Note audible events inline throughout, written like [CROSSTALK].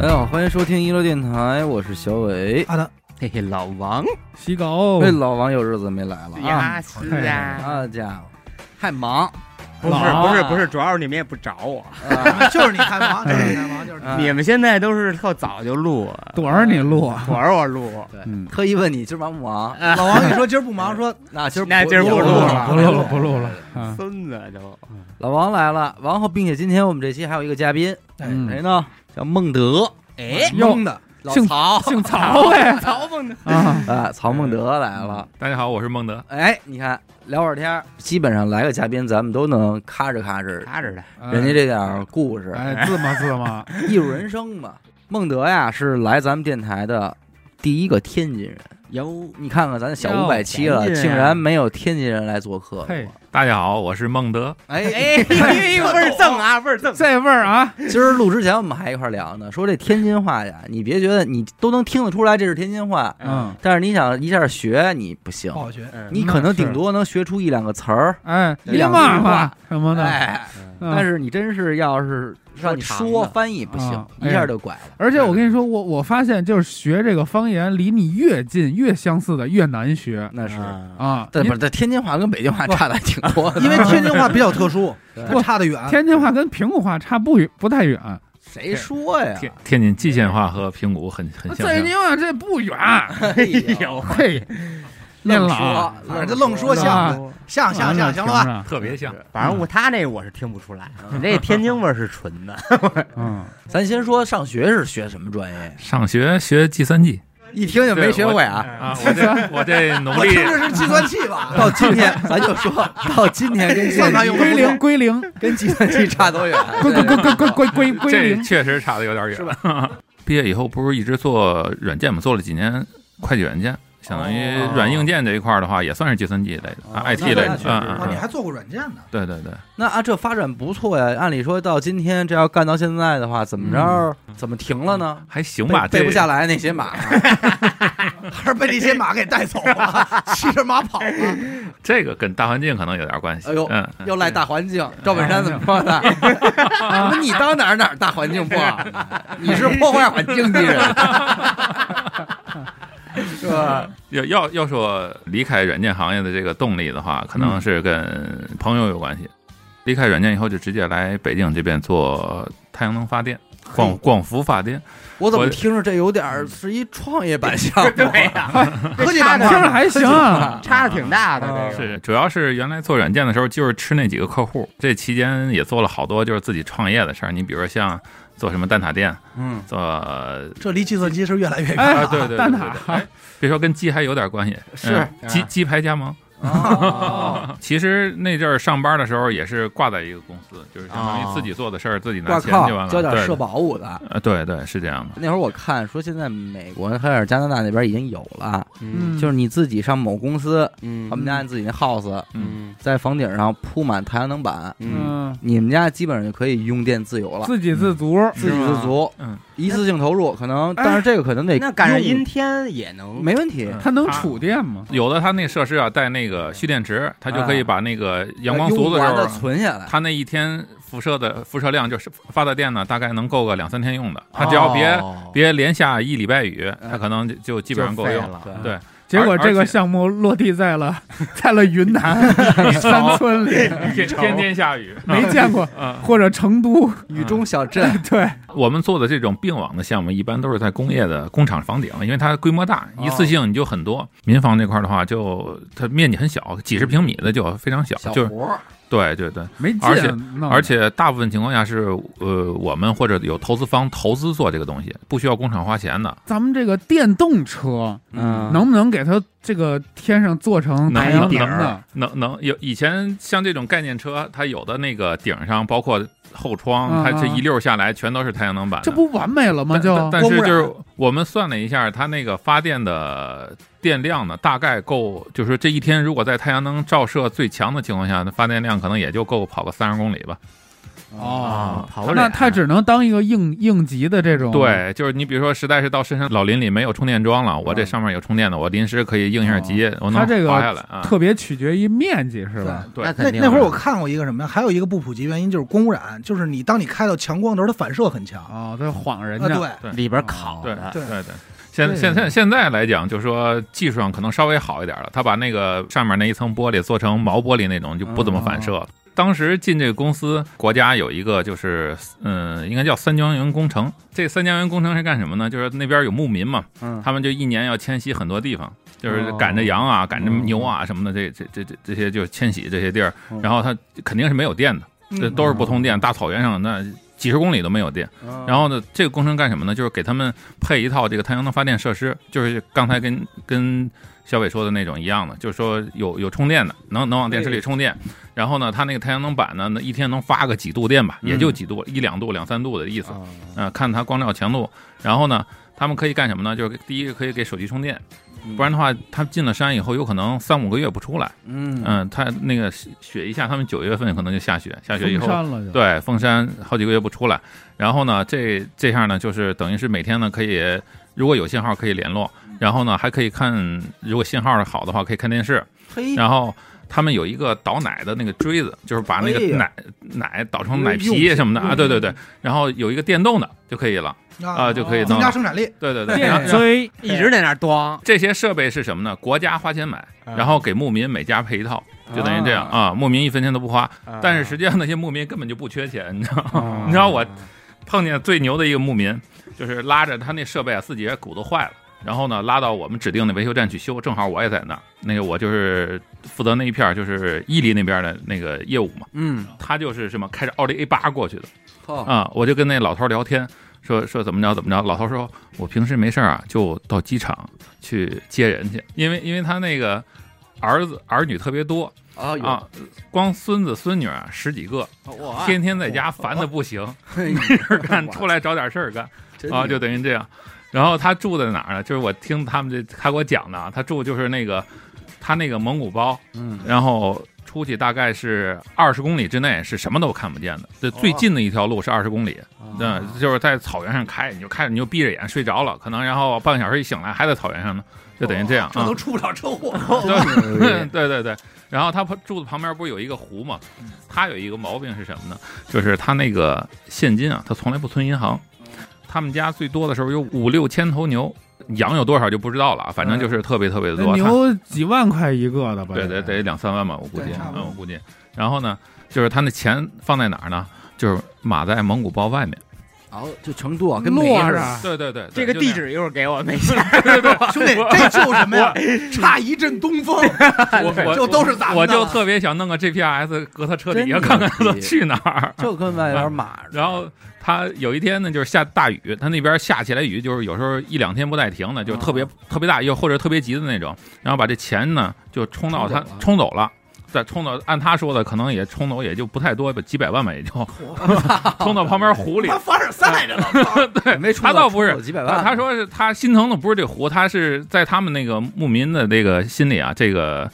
大家好，哎欢迎收听一乐电台，我是小伟。哦阿南嘿嘿，老王洗狗哎，老王有日子没来了啊！呀，是啊，啊家伙，太忙，不是老不是不是，主要是你们也不找我，啊 [LAUGHS] 就是你太忙，就是你太忙，就是啊你们现在都是特早就录，躲着你录。啊我 [LAUGHS] 玩我录，嗯，特意问你今儿忙不忙？老王一说今儿不忙，说 [LAUGHS] 那今儿那今儿不录了不录了，不录了。啊，孙子都 [LAUGHS] 老王来了，然后并且今天我们这期还有一个嘉宾，嗯谁呢？叫孟德，哎，哟孟的老姓曹 [LAUGHS] 姓曹哎，曹梦的啊，啊，曹孟德来了。大家好，我是孟德。哎，你看聊会儿天儿，基本上来个嘉宾，咱们都能咔哧咔哧，他着的， [LAUGHS] 人家这点啊儿故事，哎，自嘛自 [LAUGHS] 嘛，艺术人生嘛。孟德呀是来咱们电台的第一个天津人，哟，你看看咱小哟五百期了，天津竟人啊然没有天津人来做客。嘿，大家好，我是孟德。哎，哎， [LAUGHS] 一个味儿正啊，味儿 [LAUGHS] 正，这味儿啊， [LAUGHS] 今儿录之前我们还一块儿聊呢，说这天津话呀，你别觉得你都能听得出来这是天津话，嗯，但是你想一下学你不行不，好学。嗯你可能顶多能学出一两个词儿，哎，这一两句骂话骂什么的，哎，嗯但是你真是要是让你哦说长说的嗯哎翻译不行啊，一下就拐了。而且我跟你说，我我发现就是学这个方言，离你越近越相似的越难学那是，啊，啊。但因不是，这天津话跟北京话差的还 [LAUGHS] 挺多的。因为天津话比较特殊，它差得远。啊天津话跟平谷话差不远不太远，谁说呀？ [LAUGHS] 天天津蓟县话和平谷很很相这像。你往这不远，哎呦，啊嘿，念啊嗯愣老说，反正就愣嗯说是像吧了像像像行了吧？吧？特别像，啊反正我他那我是听不出来， [LAUGHS] 你这天津味儿是纯的，嗯，咱先说上学是学什么专业？上学学计算机一听就没学会啊！啊，我这我这努我力听着是计算器吧？ [LAUGHS] 到今天，咱就说到今天跟计算算法机用得归不零归零，跟计算机差多远？ [LAUGHS] 归归归归归归归这零，确实差的有点远，是吧？ [LAUGHS] 毕业以后不是一直做软件嘛，做了几年会计软件，相当于哦软硬件这一块儿的话，也算是计算机类的哦啊那，IT 类那的确，实嗯啊，嗯你嗯，还做过软件呢？对对对，那啊，这发展不错呀。按理说到今天，这要干到现在的话，怎么着？怎么停了呢？还行吧，背背不这下来那些码，还是被那些马给带走了，骑着马跑了？这个跟大环境可能有点关系。哎呦嗯，嗯又赖大环境。赵本山怎么说的？那你当哪儿哪儿大环境不好？你是破坏环境的人，是吧？要要要说离开软件行业的这个动力的话，可能是跟朋友有关系。离开软件以后，就直接来北京这边做太阳能发电、光光伏发电。我怎么我听着这有点儿是一创业板项目？对 [LAUGHS] 呀，科技差板的听着还行啊，差的挺大的，这个是，主要是原来做软件的时候，就是吃那几个客户。这期间也做了好多就是自己创业的事儿。你比如像做什么蛋挞店，嗯，做这离计算机是越来越远。哎啊，对对对蛋对挞，别说跟鸡还有点关系，是嗯鸡鸡排加盟。哦，其实那阵儿上班的时候也是挂在一个公司，就是相当于自己做的事儿，自己拿哦挂钱就靠，完了。交点对社保五的。呃，对对，是这样的。那会儿我看说，现在美国还有加拿大那边已经有了，嗯就是你自己上某公司，嗯他们家按自己那 house，嗯在房顶上铺满太阳能板，嗯，嗯，你们家基本上就可以用电自由了，自给自足，自给自足，嗯，一次性投入可能，但是这个可能得那赶上用阴天也能没问嗯题，它能储电吗？有的他那设施啊带那个蓄电池，它就可以把那个阳光足的哎用完时候的啊，存下来，它那一天辐射的辐射量就是发的电呢，大概能够个两三天用的。它只要别哦别连下一礼拜雨，嗯它可能就就基就本上够废用。了对对，结果这而个而且项目落地在了，在了云南山村里，天 [LAUGHS] 天天下雨。没见过，嗯，或者成都，嗯雨中小镇，对，我们做的这种并网的项目，一般都是在工业的工厂房顶，因为它规模大，哦一次性你就很多。民房这块的话，就它面积很小，几十平米的就非常小，小就是活儿，对对对。没见而且弄，而且大部分情况下是，呃，我们或者有投资方投资做这个东西，不需要工厂花钱的。咱们这个电动车嗯，能不能给它这个天上做成能太阳顶能儿的？能能有以前像这种概念车，它有的那个顶上包括后嗯窗，它这嗯一溜下来全都是太阳能板的。这不完美了吗？但就但但是光污染就是我们算了一下，它那个发电的电量呢，大概够，就是这一啊天如果在太阳能照射最强的情况下，那发电量可能也就够跑个三十公里吧。嗯哦，跑不了那他只能当一个应应急的这种，，对，就是你比如说，实在是到深山老林里没有充电桩了，我这上面有充电的，我临时可以应一下急，我能它嗯哦这个滑下来啊。特别取决于面积是吧？对那那肯定那会儿是我看过一个什么呀？还有一个不普及原因就是光污染，就是你当你开到强光的时候，它反射很强啊。哦，他晃人家，对，对里边烤对的，对对对。现现在现在来讲，就是说技术上可能稍微好一点了，他把那个上面那一层玻璃做成毛玻璃那种，就不怎么反射了。当时进这个公司，国家有一个就是，嗯，应该叫三江源工程。这三江源工程是干什么呢？就是那边有牧民嘛，嗯，他们就一年要迁徙很多地方，就是赶着羊啊、赶着牛啊什么的，这这这这这些就迁徙这些地儿。然后他肯定是没有电的，这都是不通电，大草原上那几十公里都没有电。然后呢，这个工程干什么呢？就是给他们配一套这个太阳能发电设施，就是刚才跟跟小伟说的那种一样的，就是说有有充电的，能能往电池里充电。然后呢，它那个太阳能板呢，那一天能发个几度电吧，也就几度，一两度、两三度的哦意思。嗯呃，看它光照强度。然后呢，他们可以干什么呢？就是第一个可以给手机充电，不然的话，他进了山以后，有可能三五个月不出来。嗯嗯，他那个雪一下，他们九月份可能就下雪，下雪以封后，山了就，对，封山好几个月不出来。然后呢，这这样呢，就是等于是每天呢可以，如果有信号可以联络，然后呢还可以看，如果信号好的话可以看电视，嘿，然后。他们有一个倒奶的那个锥子，就是把那哎个呀奶、奶倒成奶皮什么的啊，对对对。然后有一个电动的就可以了，啊就可以增弄加了生产力。对对对。电然后啊锥，一直在那儿咣，这些设备是什么呢？国家花钱买，然后给牧民每家配一套，就等于这样啊。牧民一分钱都不花，但是实际上那些牧民根本就不缺钱，你知道吗？你知道我碰见最牛的一个牧民，就是拉着他那设备啊，自己也鼓都坏了。然后呢，拉到我们指定的维修站去修，正好我也在那儿。那个我就是负责那一片儿，就是伊犁那边的那个业务嘛。嗯，他就是什么开着奥迪 A 八过去的，哦啊，我就跟那老头儿聊天，说说怎么着怎么着。老头儿说，我平时没事儿啊，就到机场去接人去，因为因为他那个儿子儿女特别多啊哎有啊，光孙子孙女啊十几个，我啊天天在家烦的不行， [LAUGHS] 嘿事儿 [LAUGHS] 干出来找点事儿干真啊，的就等于这样。然后他住在哪儿呢？啊就是我听他们这他给我讲的啊，他住就是那个他那个蒙古包，嗯，然后出去大概是二十公里之内是什么都看不见的，哦这最近的一条路是二十公里，啊嗯，就是在草原上开，你就开着你就闭着眼睡着了，可能然后半个小时一醒来还在草原上呢，就等于这样这啊都，出不了车祸。对 [LAUGHS] 对对对。然后他旁住的旁边不是有一个湖吗？他有一个毛病是什么呢？就是他那个现金啊，他从来不存银行。他们家最多的时候有五六千头牛，羊有多少就不知道了啊，反正就是特别特别的那多。他嗯呃牛几万块一个的吧？对得得两三万吧，我估计对，差不多嗯，我估计。然后呢，就是他那钱放在哪儿呢？就是码在蒙古包外面。然后就成都啊，跟没落似的。着，对对对，这对个就地那样址一会儿给我，没 [LAUGHS] 事儿。兄弟，这就是什 [LAUGHS] 么呀？差一阵东风， [LAUGHS] 我我就都是咱们的我就 [LAUGHS] 特别想弄个 GPS 搁他车底下看看他都去哪儿。就跟外边码着。 [LAUGHS] 然后他有一天呢，就是下大雨，他那边下起来雨，就是有时候一两天不带停的，就特别、特别大，又或者特别急的那种。然后把这钱呢就冲到他冲走了，再冲到按他说的，可能也冲走也就不太多吧，几百万吧，也就 [LAUGHS] 冲到旁边湖里 [LAUGHS] 他。凡尔赛着 [LAUGHS] 了。没出他倒不是出几百他万，他说是他心疼的不是这湖，他是在他们那个牧民的这个心里啊，这个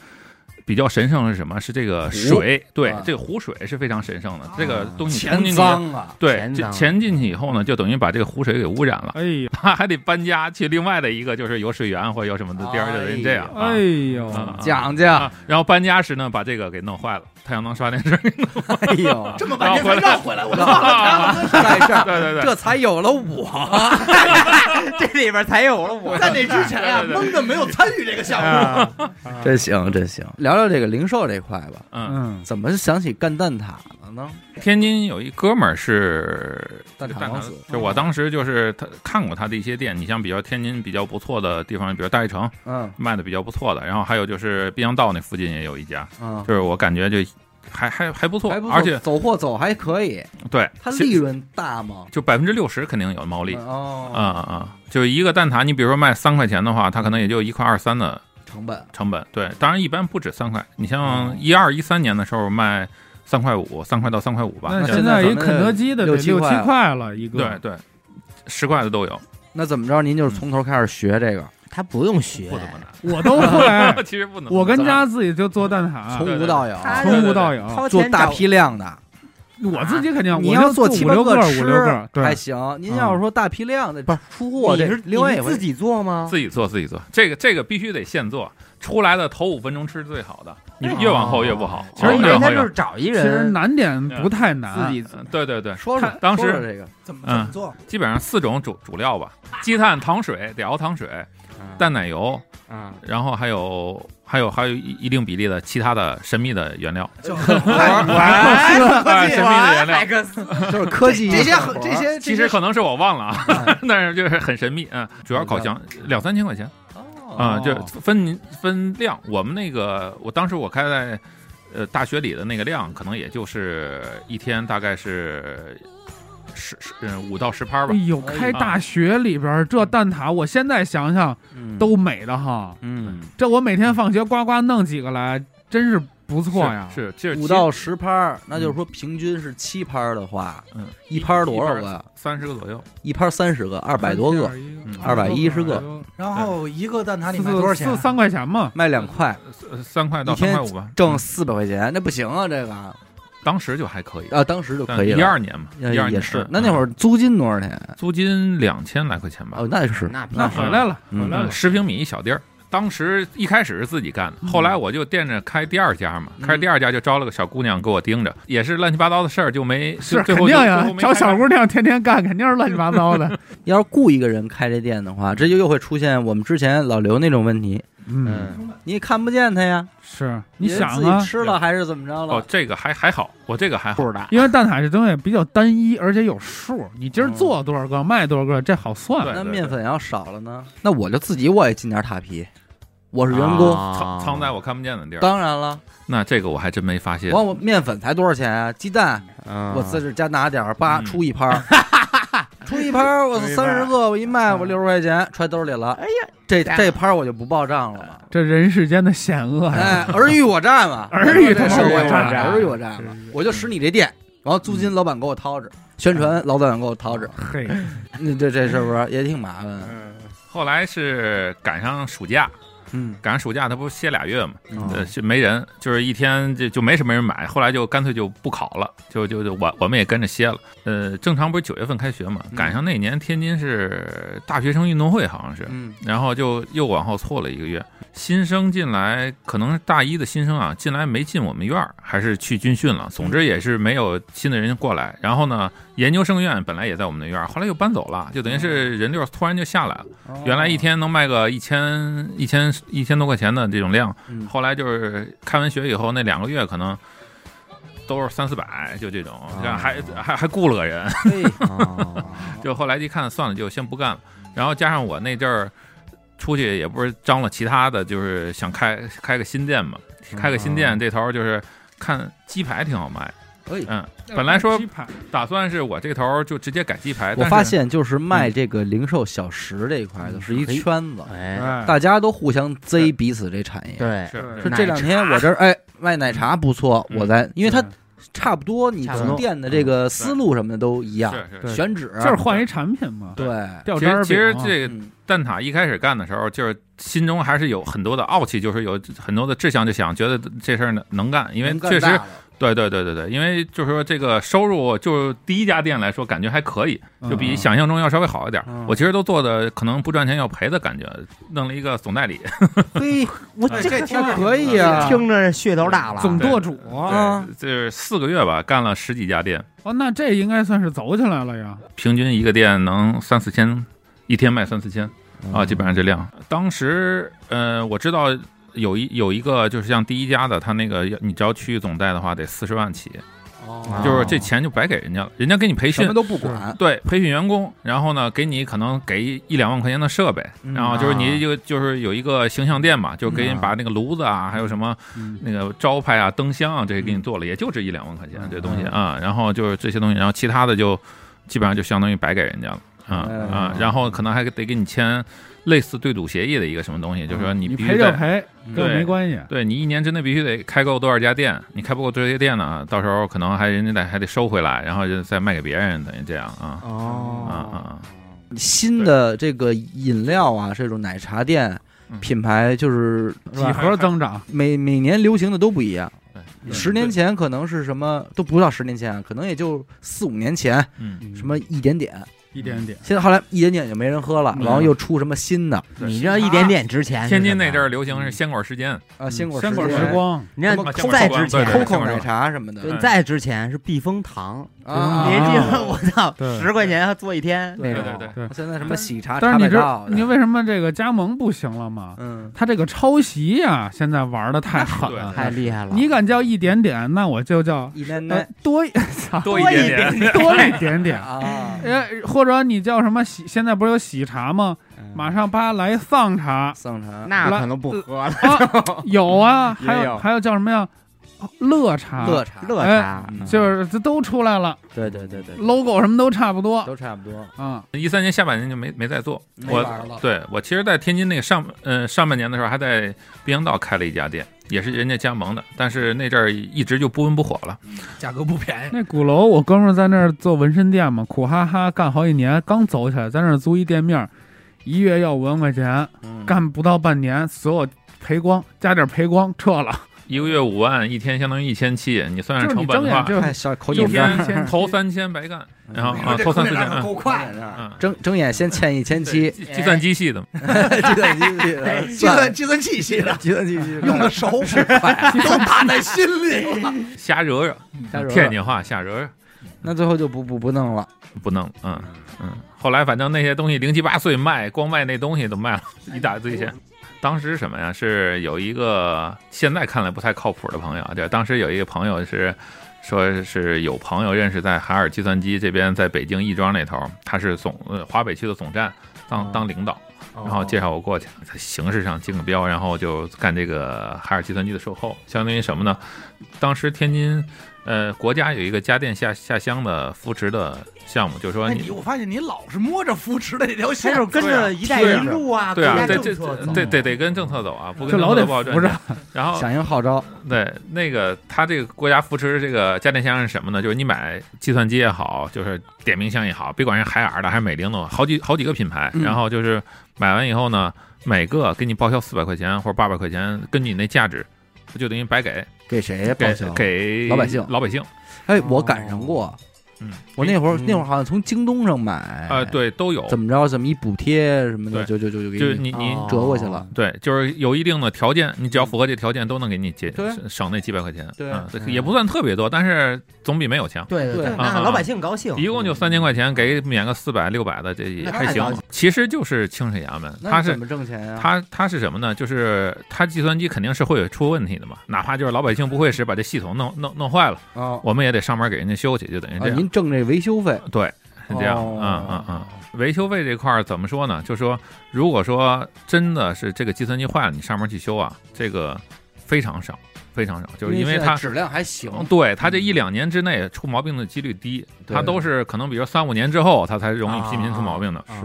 比较神圣的是什么？是这个水，对啊，这个湖水是非常神圣的，这个东西冲钱进去，脏啊，对，钱这脏钱进去以后呢，就等于把这个湖水给污染了， [LAUGHS] 哎呦，他还得搬家去另外的一个就是有水源或者有什么的地儿，哎呀就等于这样啊哎。呦，啊讲讲，啊，然后搬家时呢，把这个给弄坏了，太阳能发电设备。哎呦， [LAUGHS] [LAUGHS] 这么半天才绕回来，我操！在这儿啊对对对，这才有了我， [LAUGHS] 这里边才有了我。 [LAUGHS] 啊在那之前啊，蒙的没有参与这个项啊目。 [LAUGHS] 真行真行。聊聊这个零售这块吧，嗯，嗯，怎么想起干蛋挞了呢？天津有一哥们儿是蛋挞嗯王子，就我当时就是他看过他的一些店，你像比较天津比较不错的地方，比如大悦城嗯卖的比较不错的，然后还有就是滨江道那附近也有一家，嗯，就是我感觉就还还还不错，还不错而且走货走还可以，对它其利润大吗？就百分之六十肯定有毛利，啊啊哦，啊！就是一个蛋挞，你比如说卖三块钱的话，它可能也就一块二三的成本成本，对，当然一般不止三块，你像一二一三年的时候卖三块五，三块到三块五吧，那现现在在咱一们肯德基的六得六七七块了块了一个，对对，十块的都有，那怎么着？您就是从头开始学这个，他不用学不怎么难，，我都会 [LAUGHS] 其实不能， [LAUGHS] 我跟家自己就做蛋挞，啊从无到有，他从无到有，掏做钱大找批量的，我自啊己肯定，你我要就做做七五八六个个、吃五六个，还对，行。您嗯要是说大批量的不是出货，这你是另外一你回自事。己做吗？自己做自己做，这个这个必须得现做，出来的头五分钟吃是最好的，你哎越往后越不好。其实哦人越往后家越就好是找一其实人难点不太难，自己嗯对对对，说说看当时说说这个嗯怎么怎么做？ [LAUGHS] 基本上四种主主料吧，鸡蛋、糖水得熬糖水，淡奶油，啊，然后还有还有还有一一定比例的其他的神秘的 [LAUGHS] 原料，就很快，哎神秘的原料。个就是科技这些一很这些其实可能是我忘 [LAUGHS] 了啊， [LAUGHS] 但是就是很神秘，嗯，主要烤箱两三千块钱哦啊，就分分量。我们那个，我当时我开在呃大学里的那个量，可能也就是一天大概是十十嗯五到十盘吧哎，呦，开大学里边儿嗯这蛋挞，我现在想想嗯都美的哈。嗯，这我每天放学呱呱弄几个来，真是不错呀。嗯是这五到十拍儿，那就是说平均是七拍儿的话，嗯一拍儿多少个？三十个左右，一拍三十个，二百多个，嗯210个，然后一个蛋挞里四卖多少钱啊啊四？三块钱嘛。卖两块，呃三块一到天三块五吧，嗯挣四百块钱，那不行啊，这个啊，当时就还可以，当时呃就可以嗯一了。二年嘛，呃一二也年是嗯，那那会儿租金多少钱？啊租金两千来块钱吧哦，，那是那不那是回来了，嗯回来了嗯，。十平米一小地儿。当时一开始是自己干嗯的，后来我就惦着开第二家嘛，开第二家就招了个小姑娘给我盯着，也是乱七八糟的事儿，就没是肯最后定就呀最后，没找开小姑娘天天干，肯定是乱七八 [LAUGHS] 糟的。要是雇一个人开这店的话，这就又会出现我们之前老刘那种问题，嗯，嗯，你也看不见他呀，是你人想自啊己，吃了还是怎么着哦了？，这个还还好，我这个还好，不知 [LAUGHS] 道，因为蛋挞这东西比较单一，而且有数，你今儿做多少个，卖多少个，这好算。嗯对那对面粉要少了呢？那我就自己我也进点塔皮，我是员啊工，哦藏藏在我看不见的地儿。当然了，那这个我还真没发现，哦完我面粉才多少钱啊？鸡蛋嗯我在这加拿点儿，叭嗯出一盘儿，出一盘儿，我出一盘三儿十个，我一卖我六十块钱揣兜里了。哎呀，这这盘儿我就不报账了嘛。这人世间的险恶呀， [LAUGHS] 哎，尔虞我诈嘛，尔虞他妈是我我诈，诈尔虞我诈嘛。嗯我就使你这店，然后租金老板给我掏着，宣传老板给我掏着，嘿，你这这是不是也挺麻烦？后来是赶上暑假，嗯，赶上暑假他不歇俩月嘛，哦呃，是没人，就是一天就就没什么人买，后来就干脆就不考了，就就就我我们也跟着歇了。呃，正常不是九月份开学嘛，赶上那年天津是大学生运动会好像是，嗯，然后就又往后错了一个月。新生进来，可能是大一的新生啊，进来没进我们院儿，还是去军训了。总之也是没有新的人过来。然后呢，研究生院本来也在我们那院儿，后来又搬走了，就等于是人流突然就下来了。原来一天能卖个一千、一千、一千多块钱的这种量嗯，后来就是开完学以后那两个月可能都是三四百，就这种，还还还雇了个人，嘿 [LAUGHS] 就后来一看算了，就先不干了。然后加上我那阵儿出去也不是张罗其他的，就是想开开个新店嘛，开个新啊店这头儿就是看鸡排挺好卖哎。嗯， [LAUGHS] 本来说鸡排打算是我这头儿就直接改鸡排，我哎但是发现就是卖这个零售小食这一块的嗯是一嘿圈子，哎，大家都互相贼彼此这产业。对，是说是这两天我这儿哎卖奶茶不错，嗯我在，因为它对差不多，你差不多从店的这个思路什么的都一样，是对是。选址就是换一产品嘛，对，掉其渣儿实其实饼啊这个嗯蛋挞一开始干的时候，就是心中还是有很多的傲气，就是有很多的志向，就想觉得这事儿能能干，因为能干确大实了对对对对对，因为就是说这个收入，就第一家店来说，感觉还可以，嗯啊就嗯比想象中要稍微好一点。我其实都做的可能不赚钱要赔的感觉，弄了一个总代理，嘿，我哎这这听着可以啊听着噱头大了，总舵主啊对，这四个月吧，干了十几家店，哦，那这应该算是走起来了呀。平均一个店能三四千，一天卖三四千啊，基本上这量。当时，呃，我知道有一有一个就是像第一家的，他那个你只要区域总代的话，得四十万起，哦就是这钱就白给人家了，人家给你培什训么。都不管，对，培训员工，然后呢，给你可能给一两万块钱的设备，嗯然后就是啊你就就是有一个形象店嘛，就给嗯你啊把那个炉子啊，还有什么嗯那个招牌啊、灯箱啊这些给你做了，也就这一两万块钱嗯这东西啊，然后就是这些东西，然后其他的就基本上就相当于白给人家了。啊嗯啊，然后可能还得给你签类似对赌协议的一个什么东西，就嗯是说你你必赔须就在赔，跟我对没关系。对你一年之内必须得开够多少家店，你开不够这些店呢，到时候可能还人家得还得收回来，然后就再卖给别人，等于这样啊啊啊哦，啊！嗯新的这个饮料啊，这种奶茶店嗯品牌就是几何增长，每每年流行的都不一样嗯对，十年前可能是什么都不到十年前啊，可能也就四五年前，嗯，什么一点点，一点点，现在后来一点点就没人喝了，嗯然后又出什么新的你知道一点点值钱？天津那阵儿，流行是鲜管时间，啊，鲜果嗯鲜果时时光，你看什么再值对钱对， ，COCO 奶茶什么嗯的对嗯再值钱是避风塘。啊，别啊记得我操，对十块钱还坐一天那对种。对对，现在什么喜茶、但茶是百你道知的，你为什么这个加盟不行了吗？嗯，他这个抄袭呀，现在玩的太狠对了。太厉害了。你敢叫一点点，那我就叫一奶呃奶多一 [LAUGHS] 操多多一点点点，多一点点。 [LAUGHS] 啊，，呃，或者你叫什么喜？现在不是有喜茶吗？马上吧来丧茶 [LAUGHS] 桑茶嗯那拉呃可能不喝了。啊有啊，还也有有还有叫什么呀？哦乐茶，啊乐茶乐嗯茶就是这都出来了对对对对， ，logo 什么都差不多都差不多，啊。一三年下半年就没没再做。没我玩了，对我其实，在天津那个上呃上半年的时候，还在滨江道开了一家店，也是人家加盟的，但是那阵儿一直就不温不火了。价格不便 [LAUGHS] 宜。那鼓楼，我哥们儿在那儿做纹身店嘛，苦哈哈干好几年，刚走起来，在那儿租一店面儿，一月要五万块钱，嗯干不到半年，所有赔光，加点赔光撤了，一个月五万，一天相当于一千七，你算就是上你成本睁的眼话，就哎小口一井盖儿，天头三千白干，嗯然后啊这头三四千口水量，够快，嗯嗯，睁睁眼先欠一千对七，计计算机哎系的嘛， [LAUGHS] 计算 [LAUGHS] 机 [LAUGHS] 哎计算计算器系的，计算机用的熟， [LAUGHS] 都打在心 [LAUGHS] 里了。瞎惹惹，嗯天津话瞎惹惹，那最后就不不不弄了，不弄，嗯嗯。后来反正那些东西零七八碎卖，光卖那东西都卖了一大堆钱。当时什么呀？是有一个现在看来不太靠谱的朋友，啊对，当时有一个朋友是说是有朋友认识在海尔计算机这边，在北京亦庄那头，他是总呃华北区的总站当当领导，哦然后介绍我过去，在形式上竞个标，然后就干这个海尔计算机的售后，相当于什么呢？当时天津呃国家有一个家电下下乡的扶持的项目，就是说哎，你你我发现你老是摸着扶持的这条他线，啊就是跟着一带一路啊，对啊，国家这政这策走这得得跟政策走啊，不就跟老政得策不好赚扶着钱。然啊后响应号召，对那个他这个国家扶持这个家电箱是什么呢？就是你买计算机也好，就是点名箱也好，别管是海尔的还是美菱的，好几好几个品牌。嗯然后就是买完以后呢，每个给你报销四百块钱或者八百块钱，根据你那价值，就等于白给给谁呀给给老百姓老百姓。哎，我赶上过，嗯，我那会儿嗯那会儿好像从京东上买啊、对都有，哎怎么哦着怎么一补贴什么的，对就就就就给就是你你。折过去了，对，就是有一定的条件，你只要符合这条件，都能给你解对省省那几百块钱。对嗯也不算特别多，但是总比没有强。对对对，啊啊那老百姓高兴，一共就三千块钱，给免个四百六百的，这也那还太高行级。其实就是清水衙门，那它你是怎么啊挣钱呀？它它是什么呢？就是它计算机肯定是会有出问题的嘛，哪怕就是老百姓不会使，把这系统弄弄弄坏了，啊我们也得上门给人家修去，就等于啊哦这，样。您挣这维修费，对，是这样，哦嗯嗯嗯。维修费这块儿怎么说呢？就说如果说真的是这个计算机坏了，你上门去修啊，这个非常少，非常少，就是因为现在它质量还行，嗯对它这一两年之内出毛病的几率低，对它都是可能比如说三五年之后，它才容易频频出毛病的。啊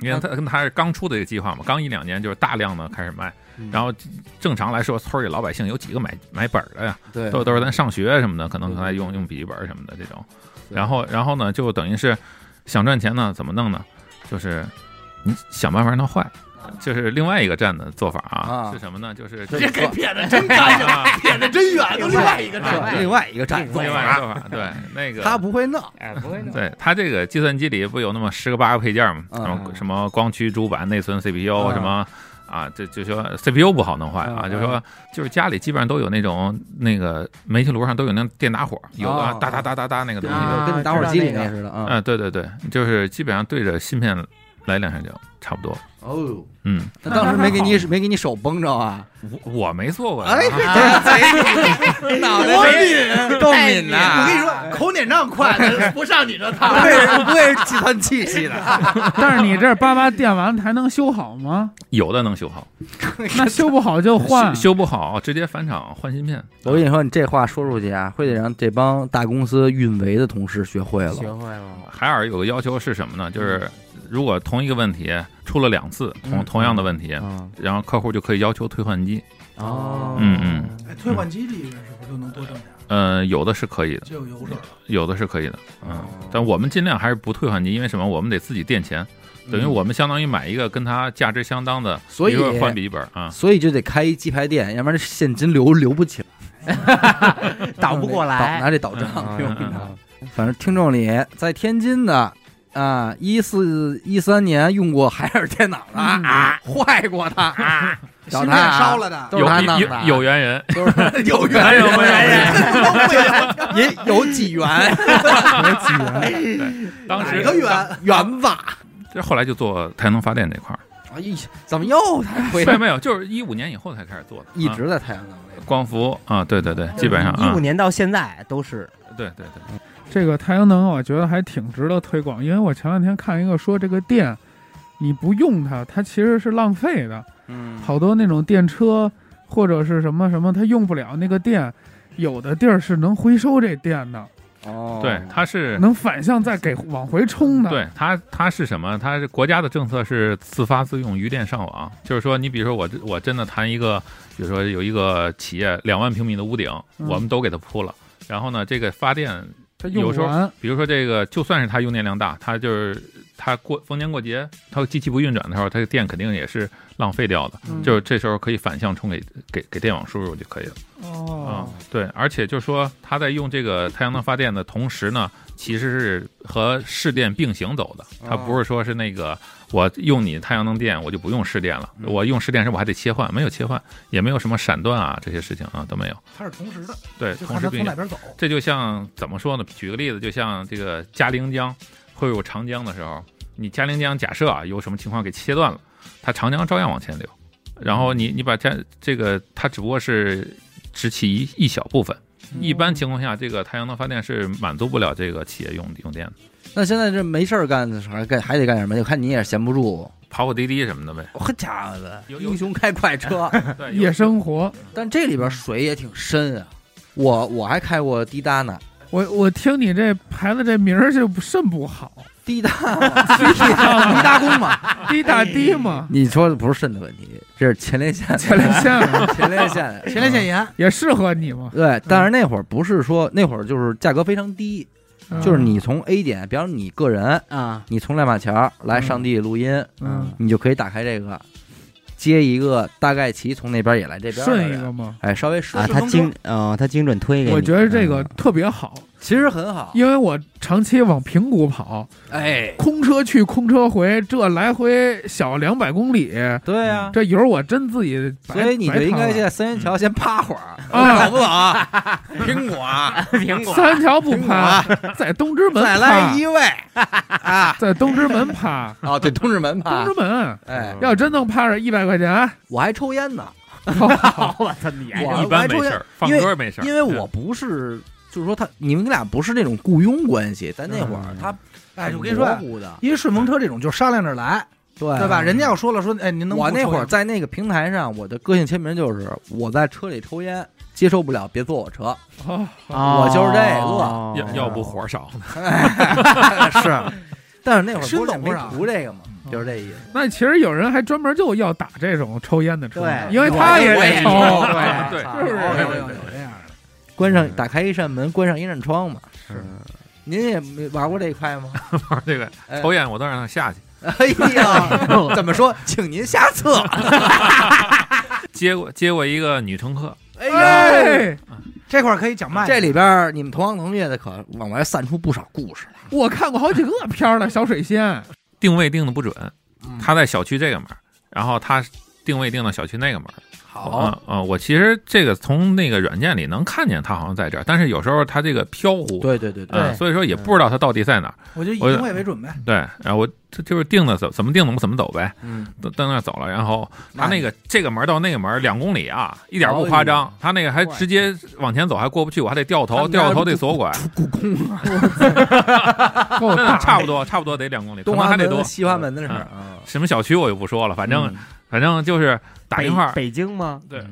因为它跟它是刚出的一个计划嘛，刚一两年就是大量的开始卖嗯，然后正常来说，村里老百姓有几个买买本儿的呀？对，嗯都都是咱上学什么的，可能对还对用用笔记本什么的这种。对然后然后呢，就等于是想赚钱呢，怎么弄呢？就是你想办法让它坏，就是另外一个站的做法啊，啊是什么呢？就是 [LAUGHS] 对这 [LAUGHS] 给撇的真干净，啊撇的真哎远，都另外一个对站。是啊另外一个站另另做外一法个 [LAUGHS] 做法，对那个他不会弄，哎，不嗯会弄。对它这个计算机里不有那么十个八个配件吗？嗯什么什么光驱、主板、内存、CPU 嗯什么。啊，这就说 CPU 不好弄坏啊，嗯就说就是家里基本上都有那种那个煤气炉上都有那电打火，有的哦哒哒哒哒哒那个东西啊就，跟你打火机里知道那那个似的啊。嗯，对对对，就是基本上对着芯片来两下就差不多，哦，嗯，那当时没给 [LAUGHS] 你没给你手绷着啊？我我没做过呀， [LAUGHS] 哎，脑多敏！够敏呐！哎我跟你说，口点账快的不上你这不趟。会是不会是计算器系 [LAUGHS] 的，但是你这叭叭电完了还能修好 [LAUGHS] 吗？有的能修好，那修不好就换修。修不好直接返厂换芯片，我跟你说，你这话说出去啊，会得让这帮大公司运维的同事学会了。学会了，海尔有个要求是什么呢？就是嗯如果同一个问题出了两次，同同样的问题，嗯，然后客户就可以要求退换机。哦，嗯嗯，哎退换机里面是不是就能多挣点？呃，有的是可以的，就有油水了。有的是可以的，哦嗯，但我们尽量还是不退换机，因为什么？我们得自己垫钱，等于我们相当于买一个跟它价值相当的，嗯所以比如说换笔记本啊，所以就得开一鸡排店，要不然这现金流流不起来。倒不过倒来。拿这倒账。嗯嗯嗯反正听众里在天津的啊，一四一三年用过海尔电脑的啊，坏过的啊，芯找片他啊烧了的，都是他弄的啊，有有有缘人，都是他有缘哎呦喂也 [LAUGHS] 有几元当哪个时缘？元吧？这后来就做太阳能发电这块儿，哎呀，怎么又他回 [LAUGHS] 没来有没有，就是一五年以后才开始做的，一啊直嗯在太阳能里？光伏啊，对对对，基本上嗯一啊五，年到现在都是对对对，这个太阳能，我觉得还挺值得推广，因为我前两天看一个说，这个电你不用它，它其实是浪费的。嗯，好多那种电车或者是什么什么，它用不了那个电，有的地儿是能回收这电的，哦，对，它是能反向再给往回充的。，对它，它是什么？它是国家的政策是自发自用，余电上网。就是说，你比如说我这我真的谈一个，比如说有一个企业两万平米的屋顶，嗯我们都给它铺了。然后呢，这个发电，它用有时不候啊完。比如说这个，就算是它用电量大，它就是它过逢年过节，它机器不运转的时候，它的电肯定也是浪费掉的。嗯就是这时候可以反向充给给给电网输入就可以了。啊哦，，对，而且就是说，它在用这个太阳能发电的同时呢，其实是和市电并行走的。它不是说是那个我用你太阳能电，我就不用市电了。我用市电时我还得切换，没有切换，也没有什么闪断啊这些事情啊都没有。它是同时的，对，就同看时它并从哪行。边走。这就像怎么说呢？举个例子，就像这个嘉陵江汇入长江的时候，你嘉陵江假设啊有什么情况给切断了，它长江照样往前流。然后你你把嘉这个它只不过是只起一一小部分，一般情况下这个太阳能发电是满足不了这个企业用用电的，那现在这没事儿干的时候，还干还得干点什么？就看你也闲不住。跑跑滴滴什么的呗。好家伙的，有有英雄开快车， [LAUGHS] 对，夜嗯生活，但这里边水也挺深啊。我我还开过滴答呢，我我听你这牌子这名儿就不甚不好，滴答，滴答，滴答工嘛。滴答滴嘛，哎你说的不是肾的问题，这是前列腺，前列腺啊前列腺，前列腺啊炎，也适合你嘛，对，但是那会儿不是说那会儿就是价格非常低，嗯就是你从 A 点，比方你个人，啊，你从亮马桥来嗯上地录音，嗯你就可以打开这个，接一个大概齐从那边也来这边的人顺一个，嘛。哎，稍微顺啊，，他精呃，他精准推给你。我觉得这嗯个特别好，其实很好，因为我长期往平谷跑，哎，空车去空车回，这来回小两百公里，对呀、这油我真自己白所以你就应该嗯白在三元桥先趴会儿，趟了啊，不好？苹果啊，苹三条不趴，在东直门再趴来，一位啊！在东直门趴，哦，对，东直门 [LAUGHS] 东趴直。门哎，要真能趴着一百块钱，哦我还抽烟呢，啊我操你！我一般没事儿，放歌没事儿，因为我不是，就是说他你们俩不是那种雇佣关系，在那会儿他哎，我跟你说模，糊的，因为顺风车这种就是商量着来，对对吧？？人家要说了说，哎，您能我不那抽会儿烟在那个平台上，我的个性签名就是我在车里抽烟，接受不了，别坐我车。 [LAUGHS] 哦我就是这个嗯个 [LAUGHS] 要要 [LAUGHS] 不活少，是但是那会儿深不是懂没不少图这个嘛，就是这意思。那其实有人还专门就要打这种抽烟的车，对因为他也我得也抽，抽 [LAUGHS] 啊对 [LAUGHS] 对操是不是有哎有呦有有这样的，关嗯上打开一扇门，关上一扇窗嘛。是，您也没玩过这一块 [LAUGHS] 吗？这个哎抽烟我都让他下去。哎 [LAUGHS] 呀，怎么说？请您下册。接过接过一个女乘客，哎呦，哎，这块儿可以讲哎慢一这点。里边儿你们同行同业的可往外散出不少故事来。我看过好几个片儿了，小水仙，定位定的不准，嗯他在小区这个门儿，然后他定位定到小区那个门儿。好啊啊、我其实这个从那个软件里能看见他好像在这儿，但是有时候他这个飘忽，对对对对，嗯对所以说也不知道他到底在哪儿。我就以我定位为准呗。对，然后我这就是定的怎怎么定怎么怎么走呗，嗯，到到那儿走了，然后他那个个这个门到那个门两公里啊，一点哎不夸张，他那个还直接往前走还过不去，我还得掉他头，们家掉头得 [LAUGHS] 左拐，够嗯大，差不多差不多得两公里，可东能华还得门多和。西华门的事儿啊，什么小区我就不说了，反正、啊嗯反正就是 [LAUGHS] 打电话，北京吗？对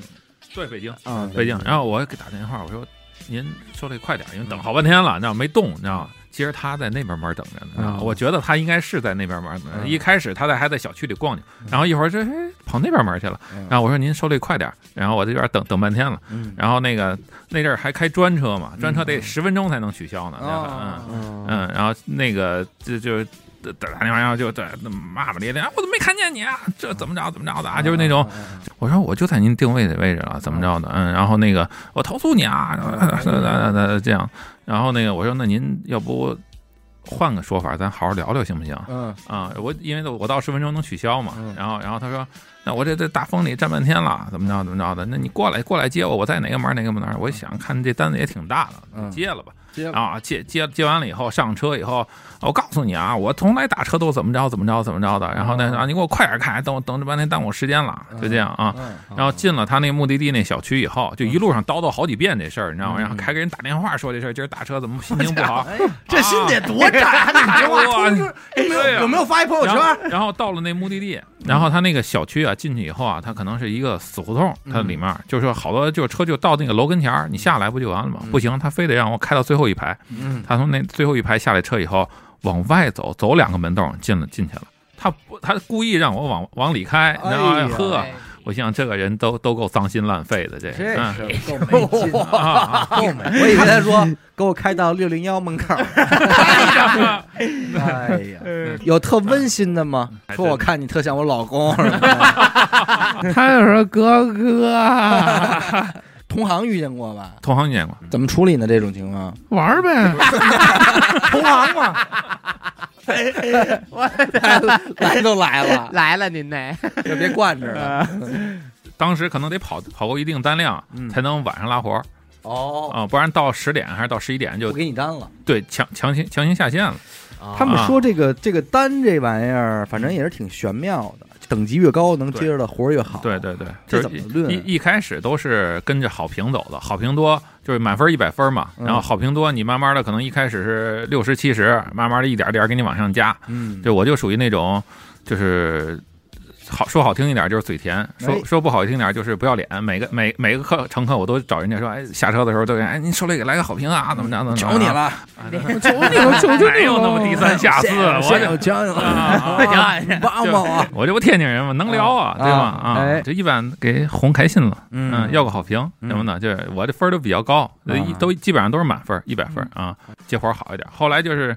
对北嗯京。啊，北京。然后我给打电话，我说您说的快点，因为等好半天了，你知道没动，你知道吗？其实他在那边门等着呢，你知道吗嗯我觉得他应该是在那边门等着。嗯一开始他在还在小区里逛呢，然后一会儿这哎跑那边门去了嗯。然后我说您受累快点，然后我这边等等半天了。嗯然后那个那阵儿还开专嗯车嘛，专车得十分钟才能取消呢。哦嗯嗯，然后那个这就打打电话，然后就在那骂骂咧咧，啊我都没看见你啊，这怎么着怎么着的啊，就是那哦种，我说我就在您定位的位置了，怎么着的，嗯，然后那个我投诉你啊， [LAUGHS] 这样，然后那个我说那您要不换个说法，咱好好聊聊行不行？嗯，啊，我因为我到十分钟能取消嘛嗯，然后然后他说，那我这在大风里站半天了，怎么着怎么着的，那你过来过来接我，我在哪个门儿哪个门儿，我一想看这单子也挺大的，嗯接了吧，接吧啊接接接完了以后上车以后，我告诉你啊，我从来打车都怎么着怎么着怎么着的，然后呢，啊你给我快点开，等我等这半天耽误我时间了，就这样哦啊。然后进了他那目的地那小区以后，就一路上叨叨好几遍这事儿，你知道吗？然后还给人打电话说这事儿，今儿打车怎么心情不好，哎这心得 [LAUGHS] 多窄啊！你这话通知哎有没对啊有有没有发一哦朋友然圈？后然后到了那目的地，然后他那个小区啊，进去以后啊，它可能是一个死胡同，它嗯里面儿就是说好多就是车就到那个楼跟前儿，你下来不就完了吗？不行，他非得让我开到最后一排。嗯，他从那最后一排下来车以后，往外走，走两个门洞进了进去了。他不，他故意让我往往里开，然后哎呀呵，我想这个人都都够脏心烂肺的，这这嗯是够没劲的，啊啊， [LAUGHS] 够没劲。我以为他说给我开到六零幺门口。哎呀，有特温馨的吗？嗯还真说我看你特像我老 [LAUGHS] 公什么的， [LAUGHS] 他就说哥哥啊同行遇见过吧？同行见过，怎么处理呢？这种情况， [LAUGHS] 玩儿呗，同行嘛，来都来了，来了您那，就别惯着 [LAUGHS] 了。啊当时可能得跑跑够一定单量嗯才能晚上拉活儿哦，啊，不然到十点还是到十一点就我给你单了。对强强行强行下线了。啊他们说这个这个单这玩意儿，反正也是挺玄妙的，等级越高，能接着的活儿越好。对对对，这就是怎么论一啊一一开始都是跟着好评走的，好评多就是满分一百分嘛，嗯然后好评多，你慢慢的可能一开始是六十七十，慢慢的一点儿点儿给你往上加。嗯，就我就属于那种，就是好说好听一点就是嘴甜，哎说说不好听一点就是不要脸。每个每每个客乘客我都找人家说，哎，下车的时候都给人哎您手里给来个好评啊，怎么着怎么着，求你， [LAUGHS] 了，求你了，求求没你有那么了低三下四，我谢谢这我求你了， [LAUGHS] 啊啊啊帮帮我。我这不天津人嘛，能聊啊，啊对吧？啊哎啊，这一般给红开心了，嗯嗯，要个好评嗯什么的，就是我这分儿都比较高，啊嗯一都基本上都是满分儿，一百分儿啊，接活儿好一点。后来就是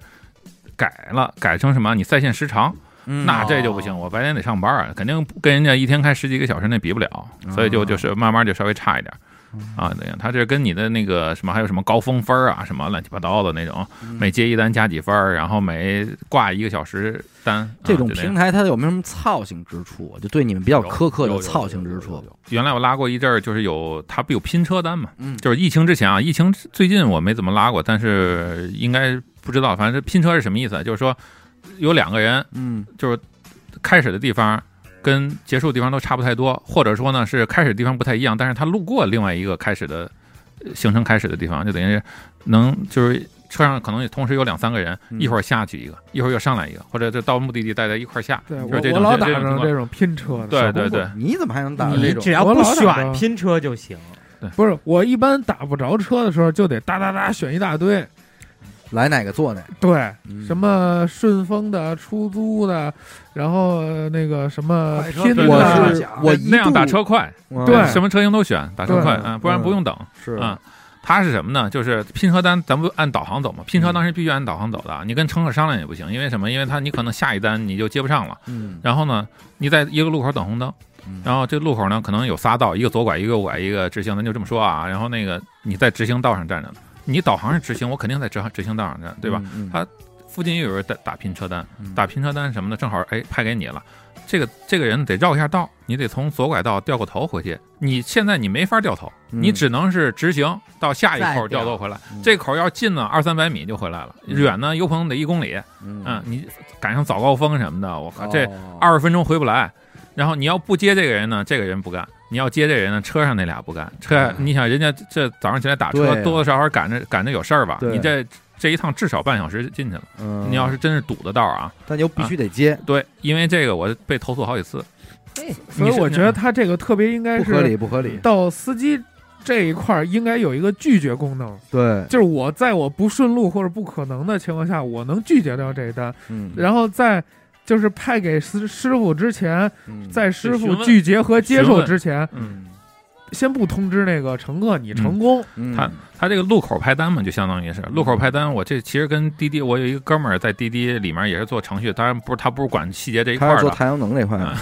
改了，改成什么？你在线时长，嗯那这就不行，我白天得上班啊，肯定不跟人家一天开十几个小时那比不哦了，所以就就是慢慢就稍微差一点。嗯啊，对，他这跟你的那个什么，还有什么高峰分儿啊，什么乱七八糟的那种，嗯每接一单加几分儿，然后每挂一个小时单，啊这种就样平台它有没有什么操性之处？啊就对你们比较苛刻的有操性之处。原来我拉过一阵儿，就是有它不有拼车单嘛，嗯就是疫情之前啊，疫情最近我没怎么拉过，但是应该不知道，反正这拼车是什么意思啊？就是说有两个人，嗯就是开始的地方跟结束的地方都差不太多，或者说呢是开始的地方不太一样，但是他路过另外一个开始的呃行程开始的地方，就等于是能就是。车上可能也同时有两三个人，嗯一会儿下去一个，一会儿又上来一个，或者就到目的地大家一块儿下。对就是这我我种老这打这种上情况这种拼车的，对对对，你怎么还能 [LAUGHS] 打到啊这你种只？要我不老打选着拼车就 [LAUGHS] 行。不是我一般打不着车的时候，就得哒哒哒选一大堆，来哪个做哪个？对，嗯什么顺丰的、出租的，然后呃那个什么快车拼对的我对是对我一那样度打车快，嗯对什么车型都选，打车快对啊，不然不用等是啊。它是什么呢？就是拼车单，咱们按导航走嘛。拼车嗯当时必须按导航走的，你跟乘客商量也不行，因为什么？因为他你可能下一单你就接不上了。嗯然后呢，你在一个路口等红灯嗯，然后这路口呢可能有仨道，一个左拐，一个右拐，一个直行，咱就这么说啊。然后那个你在直行道上站着呢，你导航是直行，我肯定在直行直行道上站，对吧？？嗯他附近又有人打打拼车单嗯，打拼车单什么的，正好哎派给你了。这个这个人得绕一下道，你得从左拐道掉个头回去。你现在你没法掉头，嗯你只能是直行到下一口再掉掉头回来嗯。这口要近呢，二三百米就回来了；嗯远呢，有可能得一公里。嗯嗯，你赶上早高峰什么的，我靠，这哦二十分钟回不来。然后你要不接这个人呢，这个人不干；你要接这个人呢，车上那俩不干。车，你想人家这早上起来打对车，啊多多少少赶着赶着有事儿吧？对你这这一趟至少半小时进去了。嗯你要是啊真是堵的道儿啊，但又必须得接，对，因为这个我被投诉好几次。所以我觉得他这个特别应该不合是理不合嗯理。到司机这一块儿应该有一个拒绝功能，对，就是我在我不顺路或者不可能的情况下，我能拒绝掉这一单，嗯，然后在。就是派给师师傅之前，嗯在师询傅问拒绝和接询受问之前，嗯，先不通知那个乘客你成啊功，嗯他它这个路口派单嘛，就相当于是路口派单。我这其实跟滴滴，我有一个哥们儿在滴滴里面也是做程序，当然不是他不是管细节这一块他是儿做的，太阳能这块的，哎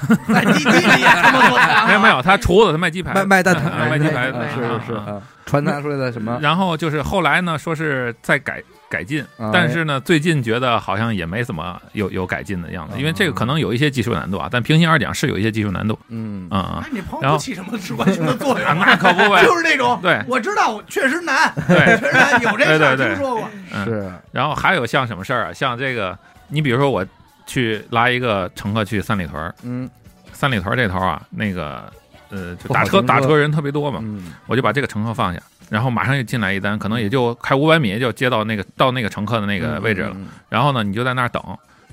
在滴滴里也他妈多啊糖 [LAUGHS] 没有没有，他厨子，他卖鸡排，啊卖卖蛋挞啊，卖鸡排啊是啊是是啊啊，传达出来的什么？然后就是后来呢，说是在改改进哎，但是呢，最近觉得好像也没怎么有有改进的样子，因为这个可能有一些技术难度啊，但平心而讲是有一些技术难度，嗯，嗯嗯哎，你朋友然后，不起什么直观性的作用 [LAUGHS] 哎那可不呗，就是那种，对我知道，确实难，确对。实 [LAUGHS] 难，有这事对对儿对听说过。嗯是，然后还有像什么事儿啊，像这个，你比如说我去拉一个乘客去三里屯儿，嗯三里屯儿这头啊，那个呃，就不好打车停车打车人特别多嘛，嗯，我就把这个乘客放下，然后马上就进来一单，可能也就开五百米就接到那个到那个乘客的那个位置了。嗯，然后呢，你就在那儿等。